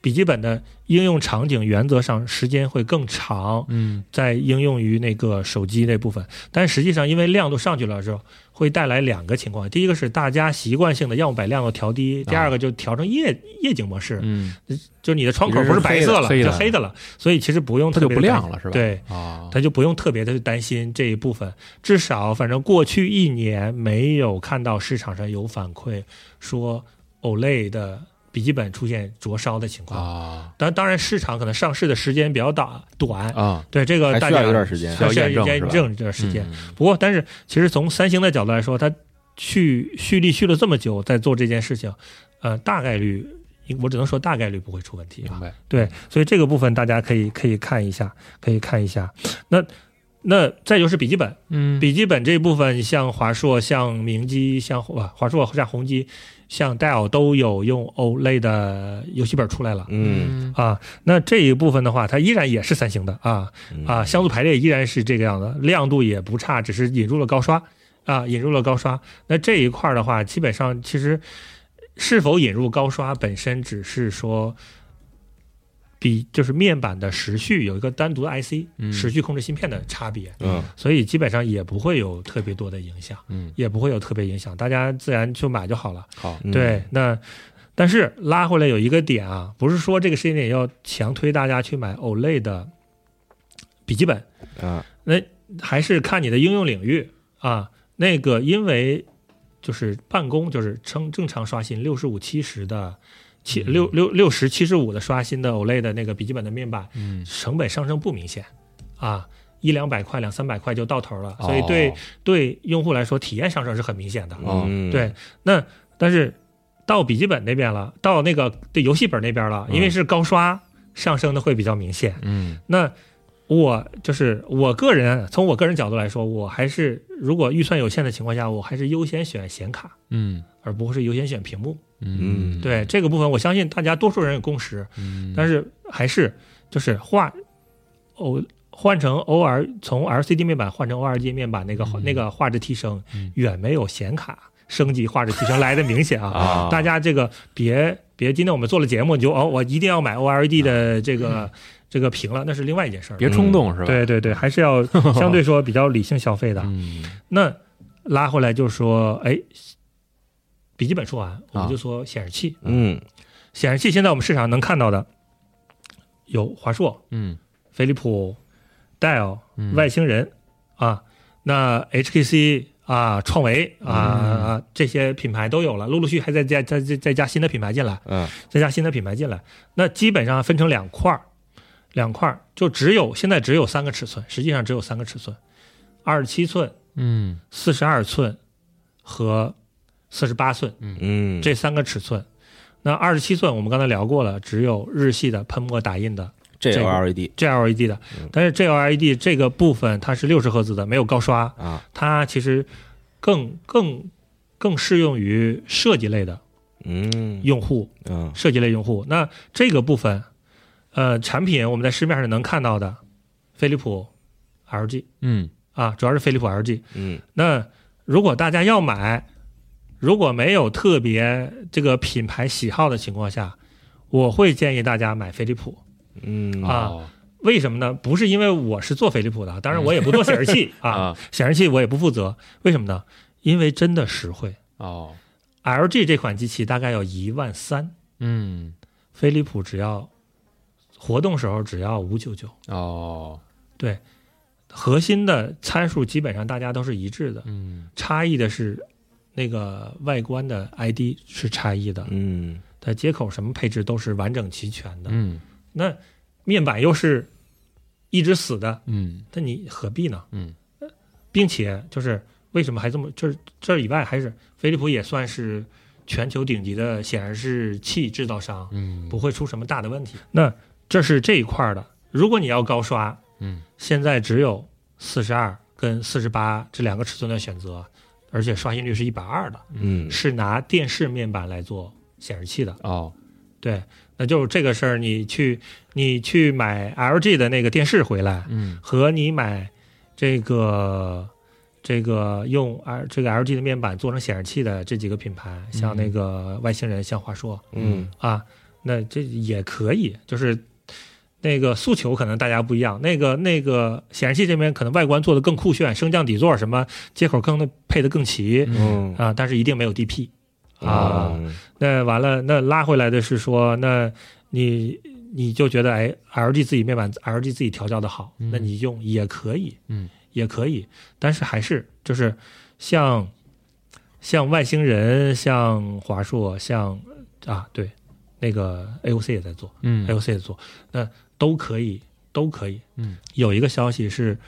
S5: 笔记本的应用场景原则上时间会更长，
S4: 嗯
S5: 在应用于那个手机那部分，但实际上因为亮度上去了之后，会带来两个情况：第一个是大家习惯性的要么把亮度调低，第二个就调成夜夜景模式，
S4: 啊嗯，
S5: 就是你的窗口不是白色了，
S4: 黑的
S5: 就黑的了，所以其实不用
S4: 它
S5: 特
S4: 就
S5: 别
S4: 不亮了是吧？
S5: 对。
S4: 啊，
S5: 他就不用特别的去担心这一部分，至少反正过去一年没有看到市场上有反馈说 OLAY 的笔记本出现灼烧的情况。
S4: 啊
S5: 但当然，市场可能上市的时间比较短短，
S4: 啊，
S5: 对这个
S3: 还
S5: 大
S3: 需
S5: 家
S3: 要一段时间啊
S4: 需要验证
S5: 验
S4: 是吧
S5: 证一段时间。
S4: 嗯
S5: 不过，但是其实从三星的角度来说，它蓄蓄力蓄了这么久，在做这件事情，呃，大概率，我只能说大概率不会出问题
S4: 明
S5: 啊。
S4: 白，
S5: 对，所以这个部分大家可以可以看一下，可以看一下。那那再就是笔记本，
S4: 嗯
S5: 笔记本这部分，像华硕、像明基、像啊华硕、像宏基、像戴尔都有用 OLED 的游戏本出来了。
S3: 嗯
S5: 啊，那这一部分的话，它依然也是三星的啊
S3: 嗯
S4: 嗯
S5: 啊，像素排列依然是这个样子，亮度也不差，只是引入了高刷啊，引入了高刷。那这一块儿的话，基本上其实是否引入高刷本身只是说。比就是面板的时序有一个单独的 IC
S4: 嗯
S5: 时序控制芯片的差别，
S3: 嗯
S5: 所以基本上也不会有特别多的影响，
S4: 嗯
S5: 也不会有特别影响，大家自然去买就好了。
S4: 好，
S3: 嗯
S5: 对，那但是拉回来有一个点啊，不是说这个时间点要强推大家去买 OLAY 的笔记本，
S3: 啊
S5: 那还是看你的应用领域啊。那个因为就是办公就是正正常刷新六十五七十的。七六六六十七十五的刷新的 OLAY 的那个笔记本的面板，
S4: 嗯
S5: 成本上升不明显啊，一两百块、两三百块就到头了，
S4: 哦
S5: 所以对、对用户来说，体验上升是很明显的。
S4: 哦
S3: 嗯，
S5: 对，那但是到笔记本那边了，到那个对游戏本那边了，因为是高刷上升的会比较明显。
S4: 嗯
S5: 那我就是我个人，啊从我个人角度来说，我还是如果预算有限的情况下，我还是优先选显卡，
S4: 嗯
S5: 而不是优先选屏幕。
S4: 嗯，
S5: 对这个部分，我相信大家多数人有共识，
S4: 嗯，
S5: 但是还是就是换哦。换成 O R 从 L C D 面板换成 O R G 面板，那个、
S4: 嗯
S5: 那个画质提升
S4: 嗯
S5: 远没有显卡升级画质提升来的明显啊！
S4: 啊，
S5: 大家这个别别，今天我们做了节目，你就哦，我一定要买 O L E D 的这
S4: 嗯
S5: 个、这个屏了，那是另外一件事儿。
S4: 别冲动是吧？
S5: 对对对，还是要 相对说比较理性消费的。
S4: 嗯，
S5: 那拉回来就说，哎，笔记本说完，我
S4: 啊
S5: 们就说显示器。
S3: 嗯
S5: 显示器现在我们市场能看到的有华硕、
S4: 嗯
S5: 飞利浦、Dell、
S4: 嗯，
S5: 外星人啊，那 HTC 啊、创维啊
S4: 嗯
S5: 啊这些品牌都有了，陆陆续续还在加再再再加新的品牌进来，
S3: 嗯
S5: 再加新的品牌进来，那基本上分成两块儿，两块儿就只有现在只有三个尺寸，实际上只有三个尺寸，二十七寸、
S4: 嗯
S5: 四十二寸和四十八寸
S3: 嗯，
S5: 这三个尺寸。那二十七寸我们刚才聊过了，只有日系的喷墨打印的
S3: 这
S5: 这
S3: 有 E
S5: 个
S3: LED
S5: JLED 的，
S3: 嗯
S5: 但是 JLED 这个部分它是六十赫兹的，没有高刷，
S3: 啊，
S5: 它其实更更更适用于设计类的
S3: 嗯
S5: 用户，
S3: 嗯
S5: 设计类用户。那这个部分，呃，产品我们在市面上能看到的，飞利浦、LG
S4: 嗯
S5: 啊，主要是飞利浦、LG。
S3: 嗯
S5: 那如果大家要买，如果没有特别这个品牌喜好的情况下，我会建议大家买飞利浦。
S3: 嗯
S5: 啊
S4: 哦
S5: 为什么呢？不是因为我是做飞利浦的，当然我也不做显示器啊
S4: 啊，
S5: 显示器我也不负责。为什么呢？因为真的实惠。
S4: 哦
S5: LG 这款机器大概要一万三，
S4: 嗯
S5: 飞利浦只要活动时候只要五九九，
S4: 哦
S5: 对，核心的参数基本上大家都是一致的，
S4: 嗯
S5: 差异的是那个外观的 ID 是差异的，
S3: 嗯
S5: 它接口什么配置都是完整齐全的。
S4: 嗯
S5: 那面板又是一直死的，
S4: 嗯
S5: 那你何必呢？
S4: 嗯
S5: 并且就是为什么还这么就是这以外，还是飞利浦也算是全球顶级的显示器制造商，
S4: 嗯
S5: 不会出什么大的问题。那这是这一块儿的。如果你要高刷，
S4: 嗯
S5: 现在只有四十二跟四十八这两个尺寸的选择，而且刷新率是一百二的，
S3: 嗯
S5: 是拿电视面板来做显示器的。
S4: 哦
S5: 对，那就是这个事儿，你去你去买 LG 的那个电视回来，
S4: 嗯
S5: 和你买这个这个用 L 这个 LG 的面板做成显示器的这几个品牌，像那个外星人、像华硕
S3: 嗯
S5: 啊，那这也可以，就是那个诉求可能大家不一样。那个那个显示器这边可能外观做的更酷炫，升降底座什么接口更的配的更齐
S3: 嗯
S5: 啊，但是一定没有 DP 啊。
S3: 嗯
S5: 那完了，那拉回来的是说，那你你就觉得哎，LG 自己面板 LG 自己调教的好，
S4: 嗯
S5: 那你用也可以，
S4: 嗯，
S5: 也可以，但是还是就是像像外星人、像华硕、像啊对，那个 AOC 也在做、
S4: 嗯
S5: a o c 也在做，那都可以，都可以。
S4: 嗯，
S5: 有一个消息是，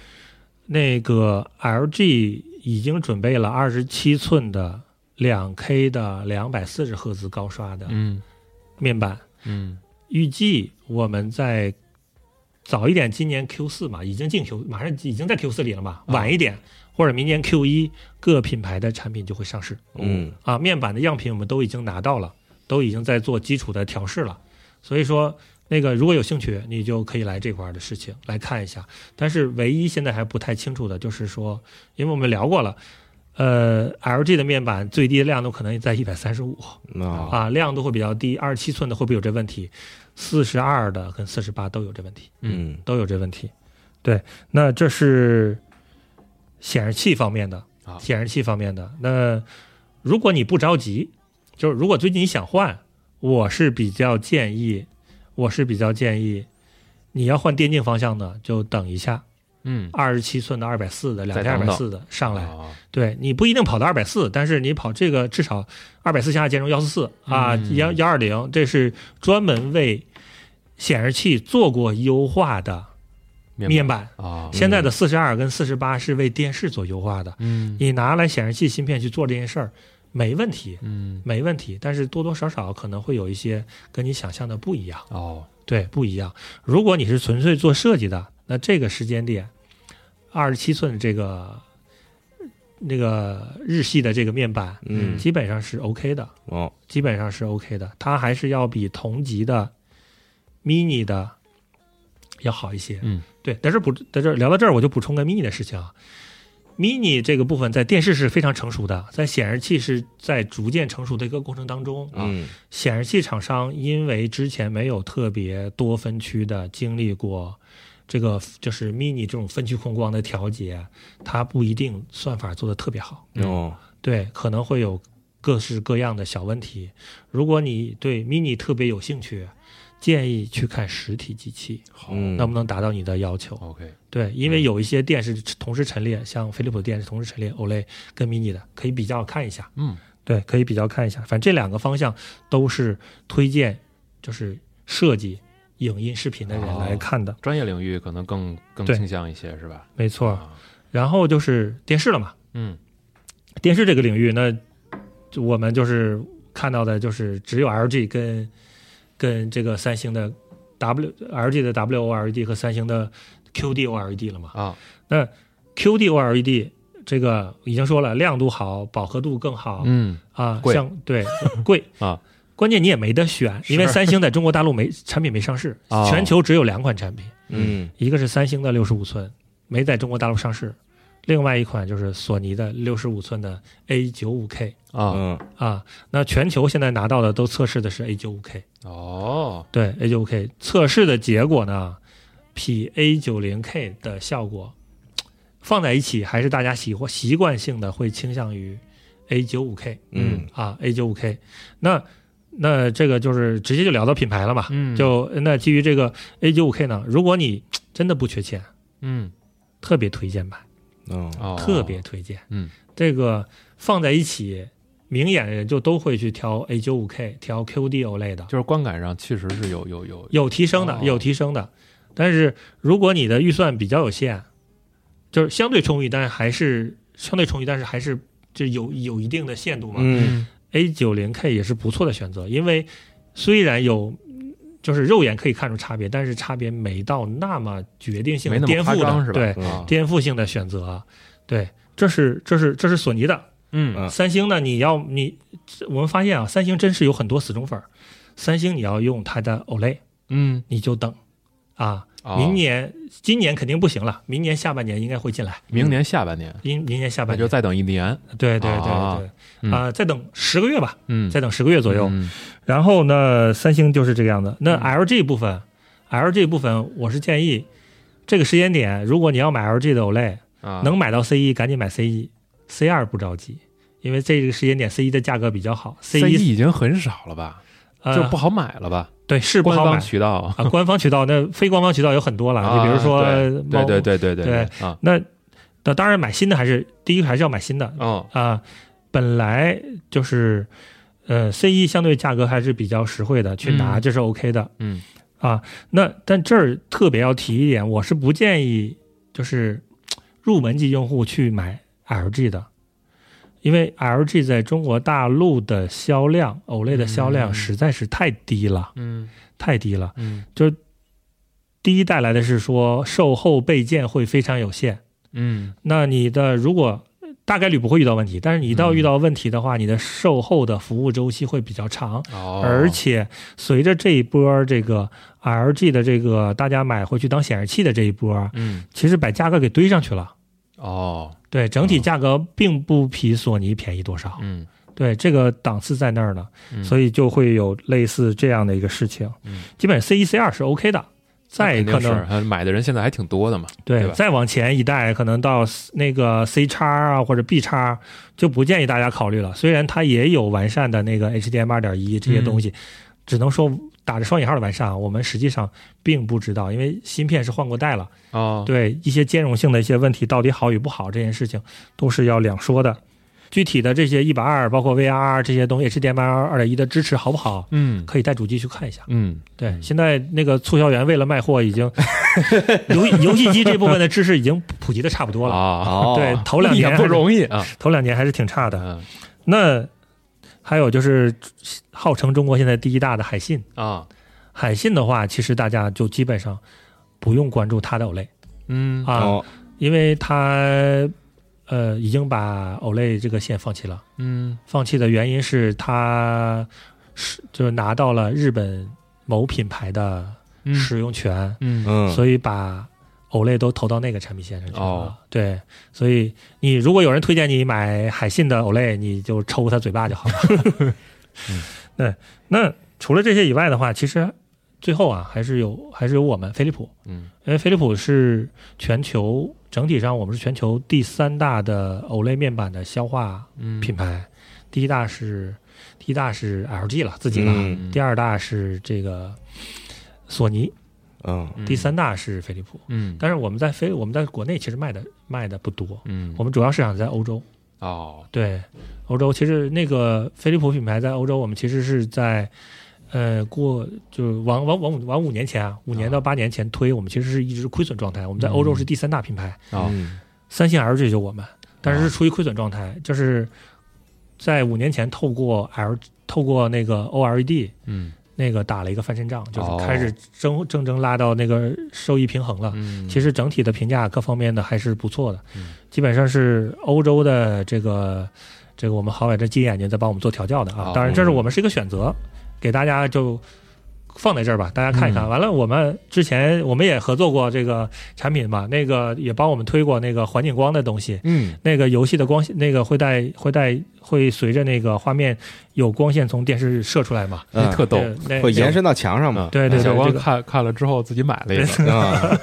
S5: 那个 LG 已经准备了二十七寸的两 K 的两百四十赫兹高刷的
S4: 嗯
S5: 面板，
S4: 嗯
S5: 预计我们在早一点，今年 Q 四嘛，已经进 Q，马上已经在 Q 四里了嘛，
S4: 啊
S5: 晚一点或者明年 Q 一，各品牌的产品就会上市
S3: 嗯
S5: 啊。面板的样品我们都已经拿到了，都已经在做基础的调试了，所以说。那个如果有兴趣，你就可以来这块儿的事情来看一下。但是唯一现在还不太清楚的就是说，因为我们聊过了，呃，LG 的面板最低的亮度可能在一百三十五，
S3: 啊
S5: 啊，亮度会比较低。二十七寸的会不会有这问题？四十二的跟四十八都有这问题，
S3: 嗯
S5: 都有这问题。对，那这是显示器方面的
S4: 啊，
S5: 显示器方面的。那如果你不着急，就是如果最近你想换，我是比较建议，我是比较建议，你要换电竞方向的就等一下，
S4: 嗯
S5: 二十七寸的二百四的、两
S4: 再
S5: 千二
S4: 等
S5: 百
S4: 等
S5: 四的上来。
S4: 哦
S5: 对你不一定跑到二百四，但是你跑这个至少二百四向下兼容幺四四啊
S4: 嗯
S5: 幺幺二零，这是专门为显示器做过优化的
S4: 面
S5: 面板。
S4: 啊，
S5: 现在的四十二跟四十八是为电视所优化的，
S4: 嗯
S5: 你拿来显示器芯片去做这件事儿没问题，
S4: 嗯
S5: 没问题。但是多多少少可能会有一些跟你想象的不一样，
S4: 哦
S5: 对，不一样。如果你是纯粹做设计的，那这个时间点，二十七寸这个那个日系的这个面板，
S3: 嗯
S5: 基本上是 OK 的，
S3: 哦，
S5: 基本上是 OK 的，它还是要比同级的 mini 的要好一些。
S4: 嗯，
S5: 对，在这儿补，在这儿聊到这儿，我就补充个 mini 的事情啊。mini 这个部分在电视是非常成熟的，在显示器是在逐渐成熟的一个过程当中啊。
S3: 嗯
S5: 显示器厂商因为之前没有特别多分区的经历过这个就是 mini 这种分区控光的调节，它不一定算法做的特别好。
S3: 哦，
S5: 对，可能会有各式各样的小问题。如果你对 mini 特别有兴趣，建议去看实体机器，
S4: 好
S3: 嗯，
S5: 能不能达到你的要求？
S4: OK
S5: 对，因为有一些店是同时陈列，像飞利浦的店是同时陈列 OLED 跟 mini 的，可以比较看一下。
S4: 嗯
S5: 对，可以比较看一下。反正这两个方向都是推荐，就是设计影音视频的人来看的，
S4: 专业领域可能更更
S5: 对
S4: 倾向一些是吧？
S5: 没错。
S4: 啊
S5: 然后就是电视了嘛，
S4: 嗯
S5: 电视这个领域呢，就我们就是看到的就是只有 LG 跟跟这个三星的 W LG 的 WOLED 和三星的 QD-OLED E 了嘛。
S4: 啊
S5: QD-OLED E 这个已经说了，亮度好，饱和度更好、
S4: 嗯
S5: 啊，
S4: 贵
S5: 像对贵
S4: 啊。
S5: 关键你也没得选，因为
S4: 是
S5: 三星在中国大陆没产品没上市，
S4: 哦
S5: 全球只有两款产品，
S3: 嗯
S5: 一个是三星的六十五寸没在中国大陆上市，另外一款就是索尼的六十五寸的 A 九五 K。
S4: 啊
S3: 嗯
S5: 啊，那全球现在拿到的都测试的是 A 九五 K，
S4: 哦
S5: 对 A 九五 K 测试的结果呢，比 A 九零 K 的效果放在一起，还是大家喜欢习惯性的会倾向于 A 九五 K
S3: 嗯
S5: 啊 A 九五 K，那那这个就是直接就聊到品牌了嘛，
S4: 嗯
S5: 就那基于这个 A 九五 K 呢，如果你真的不缺钱，
S4: 嗯
S5: 特别推荐买，
S3: 嗯
S4: 哦
S5: 特别推荐，
S4: 嗯
S5: 这个放在一起，明眼人就都会去挑 A 九五 K、挑 QD OLED 的，
S4: 就是观感上确实是有有有
S5: 有提升
S4: 哦
S5: 的，有提升的。但是如果你的预算比较有限，就是相对充裕，但是还是相对充裕，但是还是就有有一定的限度嘛。
S3: 嗯
S5: A 九零 K 也是不错的选择，因为虽然有嗯就是肉眼可以看出差别，但是差别没到那么决定性
S4: 没那
S5: 的
S4: 么
S5: 颠
S4: 夸
S5: 覆
S4: 张
S5: 的，
S4: 是吧？
S5: 对
S4: 啊
S5: 颠覆性的选择，啊对，这是这是这是索尼的，
S4: 嗯
S3: 嗯
S5: 三星呢，你要你我们发现啊，三星真是有很多死忠粉儿。三星你要用它的 OLAY，
S4: 嗯
S5: 你就等啊，
S4: 哦
S5: 明年、今年肯定不行了，明年下半年应该会进来，
S4: 明年下半年
S5: 明明年下
S4: 那
S5: 半
S4: 就
S5: 年，
S4: 再等一年
S5: 对对对对
S4: 啊
S5: 对，
S4: 嗯
S5: 啊，再等十个月吧，
S4: 嗯
S5: 再等十个月左右。
S4: 嗯
S5: 然后呢，三星就是这个样子。那 LG 部分、l g 部分我是建议，这个时间点，如果你要买 LG 的 OLAY，
S4: 啊
S5: 能买到 C 一赶紧买 C 一，C 二不着急，因为这个时间点 C 一的价格比较好，C E
S4: C
S5: 一
S4: 已经很少了吧？
S5: 呃
S4: 就不好买了吧？
S5: 对，是不
S4: 官
S5: 好买
S4: 方渠道
S5: 啊。官方渠道那非官方渠道有很多了，
S4: 啊
S5: 你比如说猫，
S4: 对对对对对
S5: 对
S4: 啊，
S5: 那那当然买新的还是第一个还是要买新的
S4: 哦，
S5: 啊。本来就是呃 C 一相对价格还是比较实惠的，去拿
S4: 嗯
S5: 这是 OK 的。啊
S4: 嗯
S5: 那但这儿特别要提一点，我是不建议就是嘖入门级用户去买 LG 的，因为 LG 在中国大陆的销量，OLED 的销量
S4: 嗯
S5: 实在是太低了，
S4: 嗯
S5: 太低了。
S4: 嗯
S5: 第一带来的是说售后备件会非常有限，
S4: 嗯
S5: 那你的如果大概率不会遇到问题，但是你一到
S4: 嗯
S5: 遇到问题的话，你的售后的服务周期会比较长，
S4: 哦，
S5: 而且随着这一波这个 LG 的这个大家买回去当显示器的这一波，
S4: 嗯
S5: 其实把价格给堆上去了。
S4: 哦
S5: 对，整体
S3: 哦
S5: 价格并不比索尼便宜多少。
S4: 嗯
S5: 对，这个档次在那儿呢，
S4: 嗯
S5: 所以就会有类似这样的一个事情。
S4: 嗯
S5: 基本 C 一 C 二是 OK 的，再
S4: 那肯
S5: 可
S4: 定
S5: 能
S4: 是还买的人现在还挺多的嘛，
S5: 对，
S4: 对吧
S5: 再往前一代，可能到 C- 那个 C 叉啊或者 B 叉，就不建议大家考虑了。虽然它也有完善的那个 HDMI 二点一这些东西，
S4: 嗯
S5: 只能说打着双引号的完善啊，我们实际上并不知道，因为芯片是换过代了。
S4: 哦，
S5: 对一些兼容性的一些问题，到底好与不好这件事情，都是要两说的。具体的这些一百二，包括 VR 这些东西，HDMI 二点一的支持好不好？
S4: 嗯
S5: 可以带主机去看一下。
S4: 嗯
S5: 对，现在那个促销员为了卖货，已经游戏游戏机这部分的知识已经普及的差不多了。
S4: 啊，
S3: 哦，
S5: 对，头两
S4: 一
S5: 年
S4: 点不
S5: 还是
S4: 容易啊，
S5: 头两年还是挺差的。
S4: 嗯
S5: 那还有就是，号称中国现在第一大的海信，
S4: 啊，
S5: 海信的话，其实大家就基本上不用关注它的 OLED
S4: 嗯
S5: 啊，
S3: 哦，
S5: 因为它呃已经把 OLED 这个线放弃了。
S4: 嗯
S5: 放弃的原因是它是就是拿到了日本某品牌的
S4: 嗯
S5: 使用权，
S4: 嗯
S3: 嗯，
S5: 所以把 OLED 都投到那个产品线上去了。
S4: 哦
S5: 对，所以你如果有人推荐你买海信的 OLED，你就抽他嘴巴就好了。 嗯对，那除了这些以外的话，其实最后啊，还是有还是有我们飞利浦，
S4: 嗯
S5: 因为飞利浦是全球整体上我们是全球第三大的 OLED 面板的消化
S4: 嗯
S5: 品牌，第一大是第一大是 LG 了，自己的啊，
S3: 嗯
S5: 第二大是这个索尼，
S3: 嗯，
S4: 嗯
S5: 第三大是飞利浦。
S4: 嗯
S5: 但是我们在飞，我们在国内其实卖的卖的不多，
S4: 嗯
S5: 我们主要市场在欧洲。
S4: 哦
S5: 对，欧洲其实那个飞利浦品牌在欧洲，我们其实是在呃过就是往往往往五年前啊，五年到八年前推，我们其实是一直亏损状态。我们在
S4: 嗯
S5: 欧洲是第三大品牌，
S4: 哦
S3: 嗯
S5: 三星 LG 就我们，但是
S4: 啊
S5: 是处于亏损状态，就是在五年前透过 L 透过那个 OLED
S4: 嗯
S5: 那个打了一个翻身仗，就是
S4: 哦
S5: 开始正正正拉到那个收益平衡了。
S4: 嗯
S5: 其实整体的评价各方面的还是不错的，
S4: 嗯
S5: 基本上是欧洲的这个这个我们好歹这金眼睛在帮我们做调教的啊。
S4: 哦
S5: 当然，这是我们是一个选择，给大家就放在这儿吧，大家看一看。
S4: 嗯
S5: 完了，我们之前我们也合作过这个产品嘛，那个也帮我们推过那个环境光的东西。
S4: 嗯
S5: 那个游戏的光线，那个会带会带会随着那个画面有光线从电视射出来嘛？
S4: 那特逗
S5: 对，那
S3: 会延伸到墙上嘛？
S5: 哎对对对
S4: 哎小
S5: 这
S4: 光
S5: 个
S4: 看看了之后自己买了一 个
S3: 啊，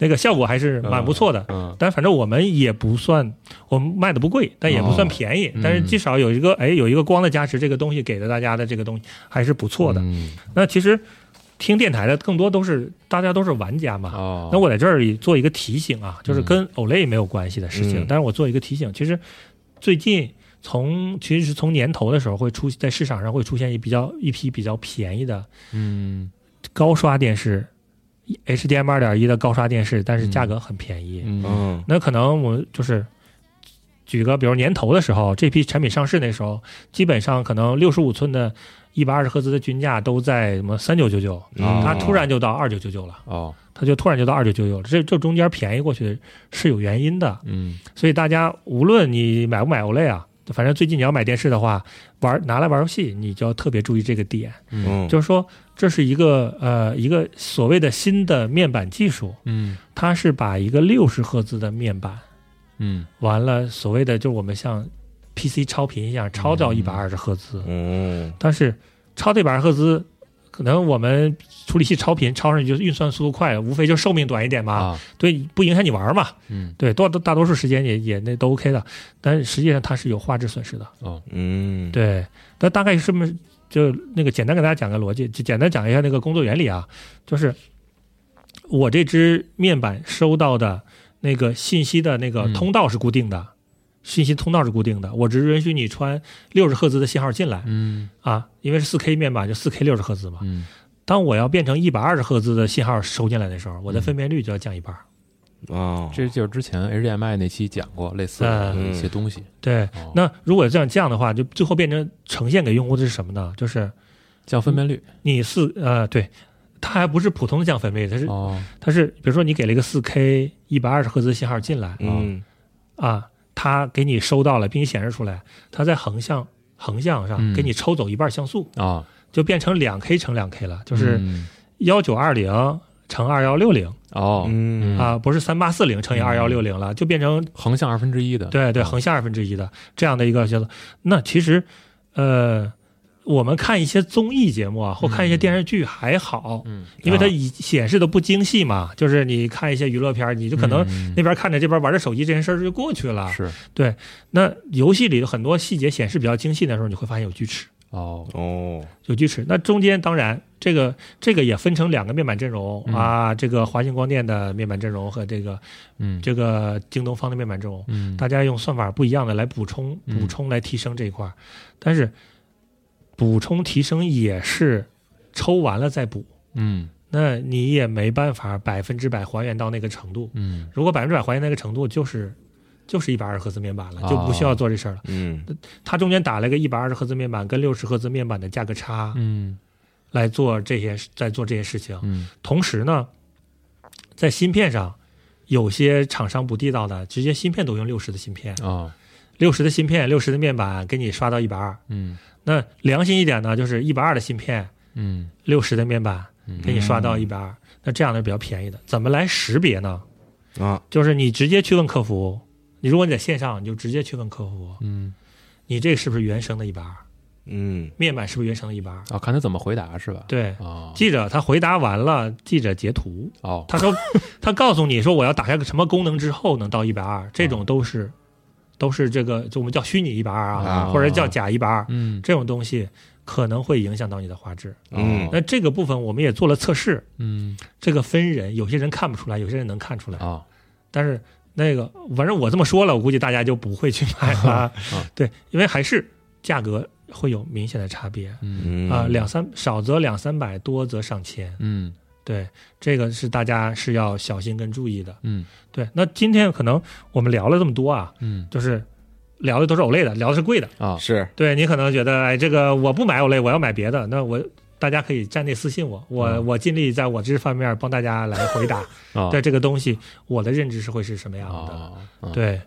S5: 那个效果还是蛮不错的。
S4: 嗯
S5: 但反正我们也不算，我们卖的不贵，但也不算便宜，
S4: 嗯
S5: 但是至少有一个哎有一个光的加持，这个东西给了大家的这个东西还是不错的。
S4: 嗯
S5: 那其实听电台的更多都是大家都是玩家嘛。
S4: 哦
S5: 啊那我在这里做一个提醒啊，
S4: 嗯
S5: 就是跟 OLAY 没有关系的事情，
S3: 嗯
S5: 但是我做一个提醒，其实最近。从其实是从年头的时候会出在市场上会出现一比较一批比较便宜的
S4: 嗯
S5: 高刷电视，HDMI 二点一的高刷电视，但是
S4: 嗯
S5: 价格很便宜。
S4: 嗯
S3: 嗯
S5: 那可能我就是举个，比如年头的时候，这批产品上市那时候，基本上可能六十五寸的、一百二十赫兹的均价都在什么三九九九，
S3: 嗯
S5: 它突然就到二九九九了，
S4: 哦
S5: 它就突然就到二九九九了。这这中间便宜过去是有原因的，
S4: 嗯
S5: 所以大家无论你买不买 OLED 啊，反正最近你要买电视的话，玩拿来玩游戏，你就要特别注意这个点，
S3: 嗯，
S5: 就是说这是一个呃一个所谓的新的面板技术，
S4: 嗯
S5: 它是把一个六十赫兹的面板。
S4: 嗯
S5: 完了，所谓的就我们像 PC 超频一样超到一百二十赫兹，
S3: 嗯
S5: 但是超到一百二十赫兹，可能我们处理器超频超上去就是运算速度快，无非就寿命短一点嘛，
S4: 啊
S5: 对，不影响你玩嘛，
S4: 嗯
S5: 对，多大多数时间也也那都 OK 的，但实际上它是有画质损失的，
S3: 嗯，
S5: 对，那大概是不是就那个简单给大家讲个逻辑，就简单讲一下那个工作原理啊，就是我这只面板收到的那个信息的那个
S4: 嗯
S5: 通道是固定的，信息通道是固定的，我只允许你穿六十赫兹的信号进来
S4: 嗯
S5: 啊，因为是四 K 面板就四 K 六十赫兹嘛。
S4: 嗯
S5: 当我要变成一百二十赫兹的信号收进来的时候，我的分辨率就要降一半儿。
S3: 哦，
S4: 这就是之前 HDMI 那期讲过类似的
S5: 嗯
S4: 一些东西
S5: 对
S4: 哦，
S5: 那如果这样降的话，就最后变成呈现给用户的是什么呢？就是
S4: 降分辨率
S5: 你四呃，对，它还不是普通的降分辨率，它是
S4: 哦
S5: 它是比如说你给了一个四 K 一百二十赫兹信号进来
S3: 嗯
S5: 啊，它给你收到了，并且显示出来，它在横向横向上
S4: 嗯
S5: 给你抽走一半像素，
S4: 啊
S5: 就变成两 K 乘两 K 了，就是
S4: 嗯
S5: 幺九二零乘二幺六零
S4: 哦
S3: 嗯
S5: 啊，不是三八四零乘以二幺六零了，就变成
S4: 横向二分之一的
S5: 对对横向二分之一的这样的一个叫做。那其实，呃，我们看一些综艺节目啊，或看一些电视剧还好，
S4: 嗯
S5: 因为它
S3: 啊
S5: 以显示的不精细嘛，就是你看一些娱乐片儿，你就可能
S4: 嗯啊
S5: 那边看着这边玩着手机，这件事儿就过去了。
S4: 是
S5: 那游戏里有很多细节显示比较精细的时候，你会发现有锯齿，
S4: 哦，
S3: 哦，
S5: 有锯齿。那中间当然，这个这个也分成两个面板阵容、
S4: 嗯
S5: 啊，这个华星光电的面板阵容和这个
S4: 嗯，
S5: 这个京东方的面板阵容，
S4: 嗯，
S5: 大家用算法不一样的来补充
S4: 嗯
S5: 补充来提升这一块儿，但是补充提升也是抽完了再补，
S4: 嗯
S5: 那你也没办法百分之百还原到那个程度。
S4: 嗯
S5: 如果百分之百还原那个程度，就是就是一百二十赫兹面板了，
S4: 啊
S5: 就不需要做这事儿了。
S3: 嗯，
S5: 它中间打了个一百二十赫兹面板跟六十赫兹面板的价格差，
S4: 嗯
S5: 来做这些在做这些事情。
S4: 嗯
S5: 同时呢，在芯片上，有些厂商不地道的，直接芯片都用六十的芯片，
S4: 啊
S5: 六十的芯片，六十的面板给你刷到一百二。
S4: 嗯
S5: 那良心一点呢，就是一百二的芯片，
S4: 嗯
S5: 六十的面板
S4: 嗯
S5: 给你刷到一百二。那这样的比较便宜的，怎么来识别呢？
S3: 啊，
S5: 就是你直接去问客服，你如果你在线上，你就直接去问客服，
S4: 嗯
S5: 你这是不是原生的一百二？
S3: 嗯，
S5: 面板是不是原生的一百二？
S4: 啊，看他怎么回答是吧？
S5: 对，
S4: 啊
S5: 记者他回答完了，记者截图，
S4: 哦
S5: 他说他告诉你说我要打开个什么功能之后能到一百二，这种都是都是这个就我们叫虚拟一百二啊
S4: 啊，
S5: 或者叫假一百二，
S4: 嗯哦
S5: 这种东西可能会影响到你的画质。
S3: 嗯
S5: 那这个部分我们也做了测试，
S4: 嗯
S5: 这个分人，有些人看不出来，有些人能看出来，
S4: 啊
S5: 但是。那个，反正我这么说了，我估计大家就不会去买
S4: 啊
S5: 了。对，因为还是价格会有明显的差别啊、
S4: 嗯
S3: 嗯
S5: 两三少则两三百，多则上千。
S4: 嗯
S5: 对，这个是大家是要小心跟注意的。
S4: 嗯
S5: 对，那今天可能我们聊了这么多啊，
S4: 嗯
S5: 就是聊的都是 OLED 的，聊的是贵的。
S4: 啊
S3: 是，
S5: 对你可能觉得，哎，这个我不买 OLED，我要买别的。那我大家可以站内私信我，我、
S4: 嗯
S5: 我尽力在我这方面帮大家来回答。
S4: 啊
S5: 对这个东西，我的认知是会是什么样的？
S4: 啊啊
S5: 对，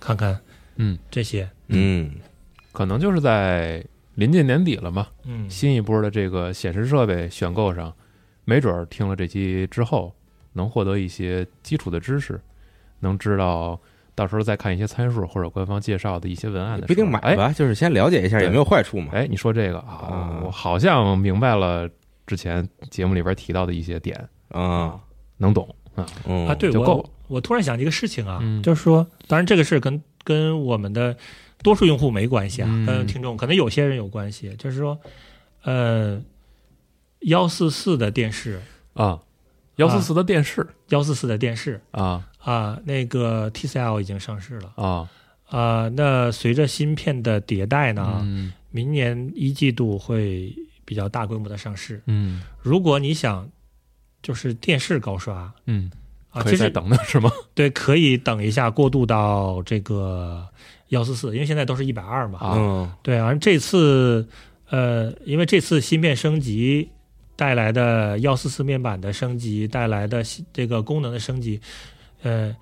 S5: 看看
S4: 嗯，
S5: 这些，
S3: 嗯
S4: 可能就是在临近年底了嘛，
S5: 嗯
S4: 新一波的这个显示设备选购上，没准儿听了这期之后，能获得一些基础的知识，能知道到时候再看一些参数或者官方介绍的一些文案
S3: 也
S4: 的时候，
S3: 不一定买
S4: 哎
S3: 吧，就是先了解一下
S4: 对
S3: 有没有坏处嘛。
S4: 哎，你说这个啊
S3: 啊，
S4: 我好像明白了之前节目里边提到的一些点，
S3: 啊，
S4: 能懂啊，
S3: 嗯
S5: 啊，对
S4: 就够了
S5: 我我突然想起一个事情啊，
S4: 嗯
S5: 就是说，当然这个事跟跟我们的多数用户没关系啊，
S4: 嗯
S5: 跟听众可能有些人有关系，就是说，呃，幺四四的电视，
S4: 啊，幺四四的电视
S5: 幺四四的电视
S4: 啊
S5: 啊、那个 TCL 已经上市了
S4: 啊
S5: 啊、那随着芯片的迭代呢，
S4: 嗯
S5: 明年一季度会比较大规模的上市。
S4: 嗯
S5: 如果你想就是电视高刷
S4: 嗯，
S5: 啊，
S4: 可
S5: 其
S4: 以再
S5: 实
S4: 等等是吗？
S5: 对，可以等一下过渡到这个幺四四，因为现在都是一百二嘛。
S4: 啊
S3: 嗯
S5: 对，而这次呃，因为这次芯片升级带来的幺四四面板的升级带来的新这个功能的升级，呃，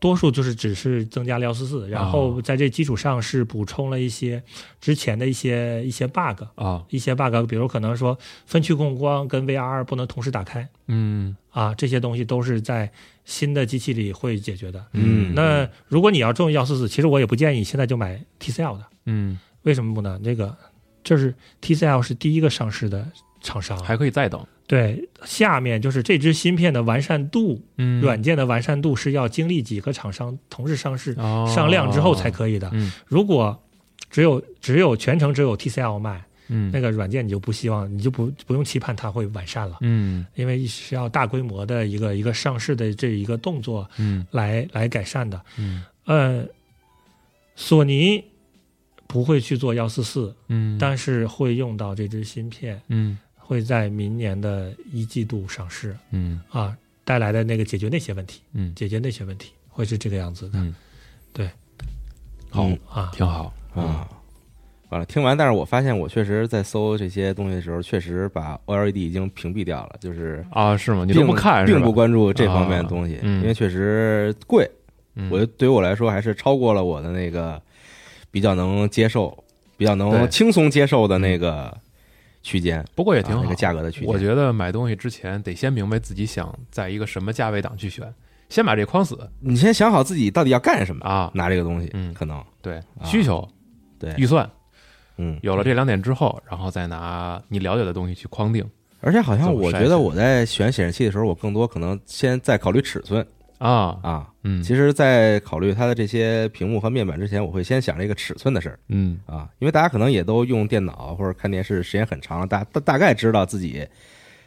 S5: 多数就是只是增加了幺四四，然后在这基础上是补充了一些之前的一些一些 bug。
S4: 啊
S5: 一些 bug，比如可能说分区控光跟 VR 不能同时打开
S4: 嗯
S5: 啊，这些东西都是在新的机器里会解决的。
S3: 嗯，
S5: 那如果你要用幺四四，其实我也不建议现在就买 TCL 的，
S4: 嗯，
S5: 为什么不呢？这个就是 TCL 是第一个上市的厂商，
S4: 还可以再等，
S5: 对，下面就是这支芯片的完善度、
S4: 嗯，
S5: 软件的完善度是要经历几个厂商同时上市、
S4: 哦
S5: 上量之后才可以的。
S4: 嗯
S5: 如果只有只有全程只有 TCL 卖
S4: 嗯
S5: 那个软件，你就不希望，你就不不用期盼它会完善了，
S4: 嗯
S5: 因为是要大规模的一个一个上市的这一个动作，
S4: 嗯
S5: 来来改善的。
S4: 嗯
S5: 呃，索尼不会去做幺四四，
S4: 嗯，
S5: 但是会用到这支芯片，
S4: 嗯
S5: 会在明年的一季度上市
S4: 嗯
S5: 啊，带来的那个解决那些问题，
S4: 嗯，
S5: 解决那些问题会是这个样子的。
S4: 嗯
S5: 对
S4: 好，
S3: 嗯
S5: 啊，
S4: 挺好，
S3: 啊。完了，听完，但是我发现我确实在搜这些东西的时候，确实把 OLED 已经屏蔽掉了，就是
S4: 啊，是吗？你
S3: 并
S4: 都不看是吧
S3: 并不关注这方面的东西
S4: 啊，嗯
S3: 因为确实贵，
S4: 嗯
S3: 我对于我来说还是超过了我的那个比较能接受、比较
S4: 对
S3: 能轻松接受的那个区间，
S4: 不过也
S3: 也
S4: 挺好，
S3: 啊那个价格的区间。
S4: 我觉得买东西之前得先明白自己想在一个什么价位档去选，先把这框死
S3: 你先想好自己到底要干什么，
S4: 嗯啊。
S3: 拿这个东西，
S4: 嗯
S3: 可能
S4: 对，需求、
S3: 对，
S4: 预算
S3: 嗯，
S4: 有了这两点之后，然后再拿你了解的东西去框定
S3: 而且好像
S4: 怎么
S3: 我
S4: 筛
S3: 觉
S4: 选
S3: 得我在选显示器的时候，我更多可能先在考虑尺寸，
S4: 啊，
S3: 啊。
S4: 嗯，
S3: 其实，在考虑它的这些屏幕和面板之前，我会先想这个尺寸的事儿
S4: 嗯
S3: 啊，因为大家可能也都用电脑或者看电视时间很长了，大大大概知道自己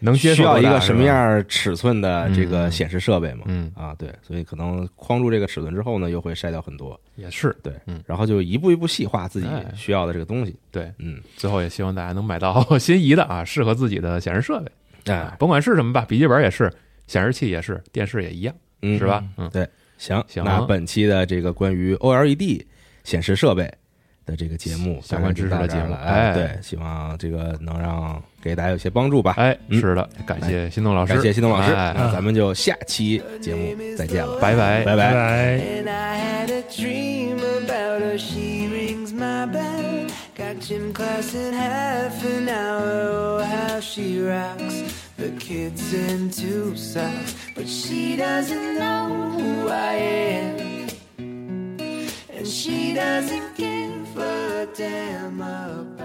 S4: 能接
S3: 需
S4: 受
S3: 要一
S4: 多
S3: 个
S4: 大
S3: 什么
S4: 是吧
S3: 样？儿尺寸的这
S4: 嗯
S3: 个
S4: 嗯
S3: 显示设备嘛。
S4: 嗯，
S3: 啊，对，所以可能框住这个尺寸之后呢，又会筛掉很多，
S4: 也是
S3: 对，
S4: 嗯
S3: 然后就一步一步细化自己
S4: 哎
S3: 需要的这个东西，
S4: 对。
S3: 嗯，
S4: 最后也希望大家能买到 心仪的啊，适合自己的显示设备，
S3: 哎，
S4: 甭管是什么吧，笔记本也是，显示器也是，电视也一样，
S3: 嗯，
S4: 是？吧？嗯，
S3: 行，
S4: 行
S3: 那本期的这个关于 OLED 显示设备的这个节目，
S4: 相关知识的节
S3: 大概就到这儿
S4: 目
S3: 了哎，
S4: 哎
S3: 对，希望这个能让给大家有些帮助吧。
S4: 哎，
S3: 嗯
S4: 是的，感谢新东老师，
S3: 感谢新东老师，
S4: 哎
S3: 那咱们就下期节目再见了，
S4: 拜拜
S3: 拜
S5: 拜
S3: 拜。
S5: 拜。
S2: And I had a dream about her. She rings my bell. Got gym class in half an hour. Oh, how she rocks. The kids in two socks. But she doesn't know who I am. And she doesn't give a damn about.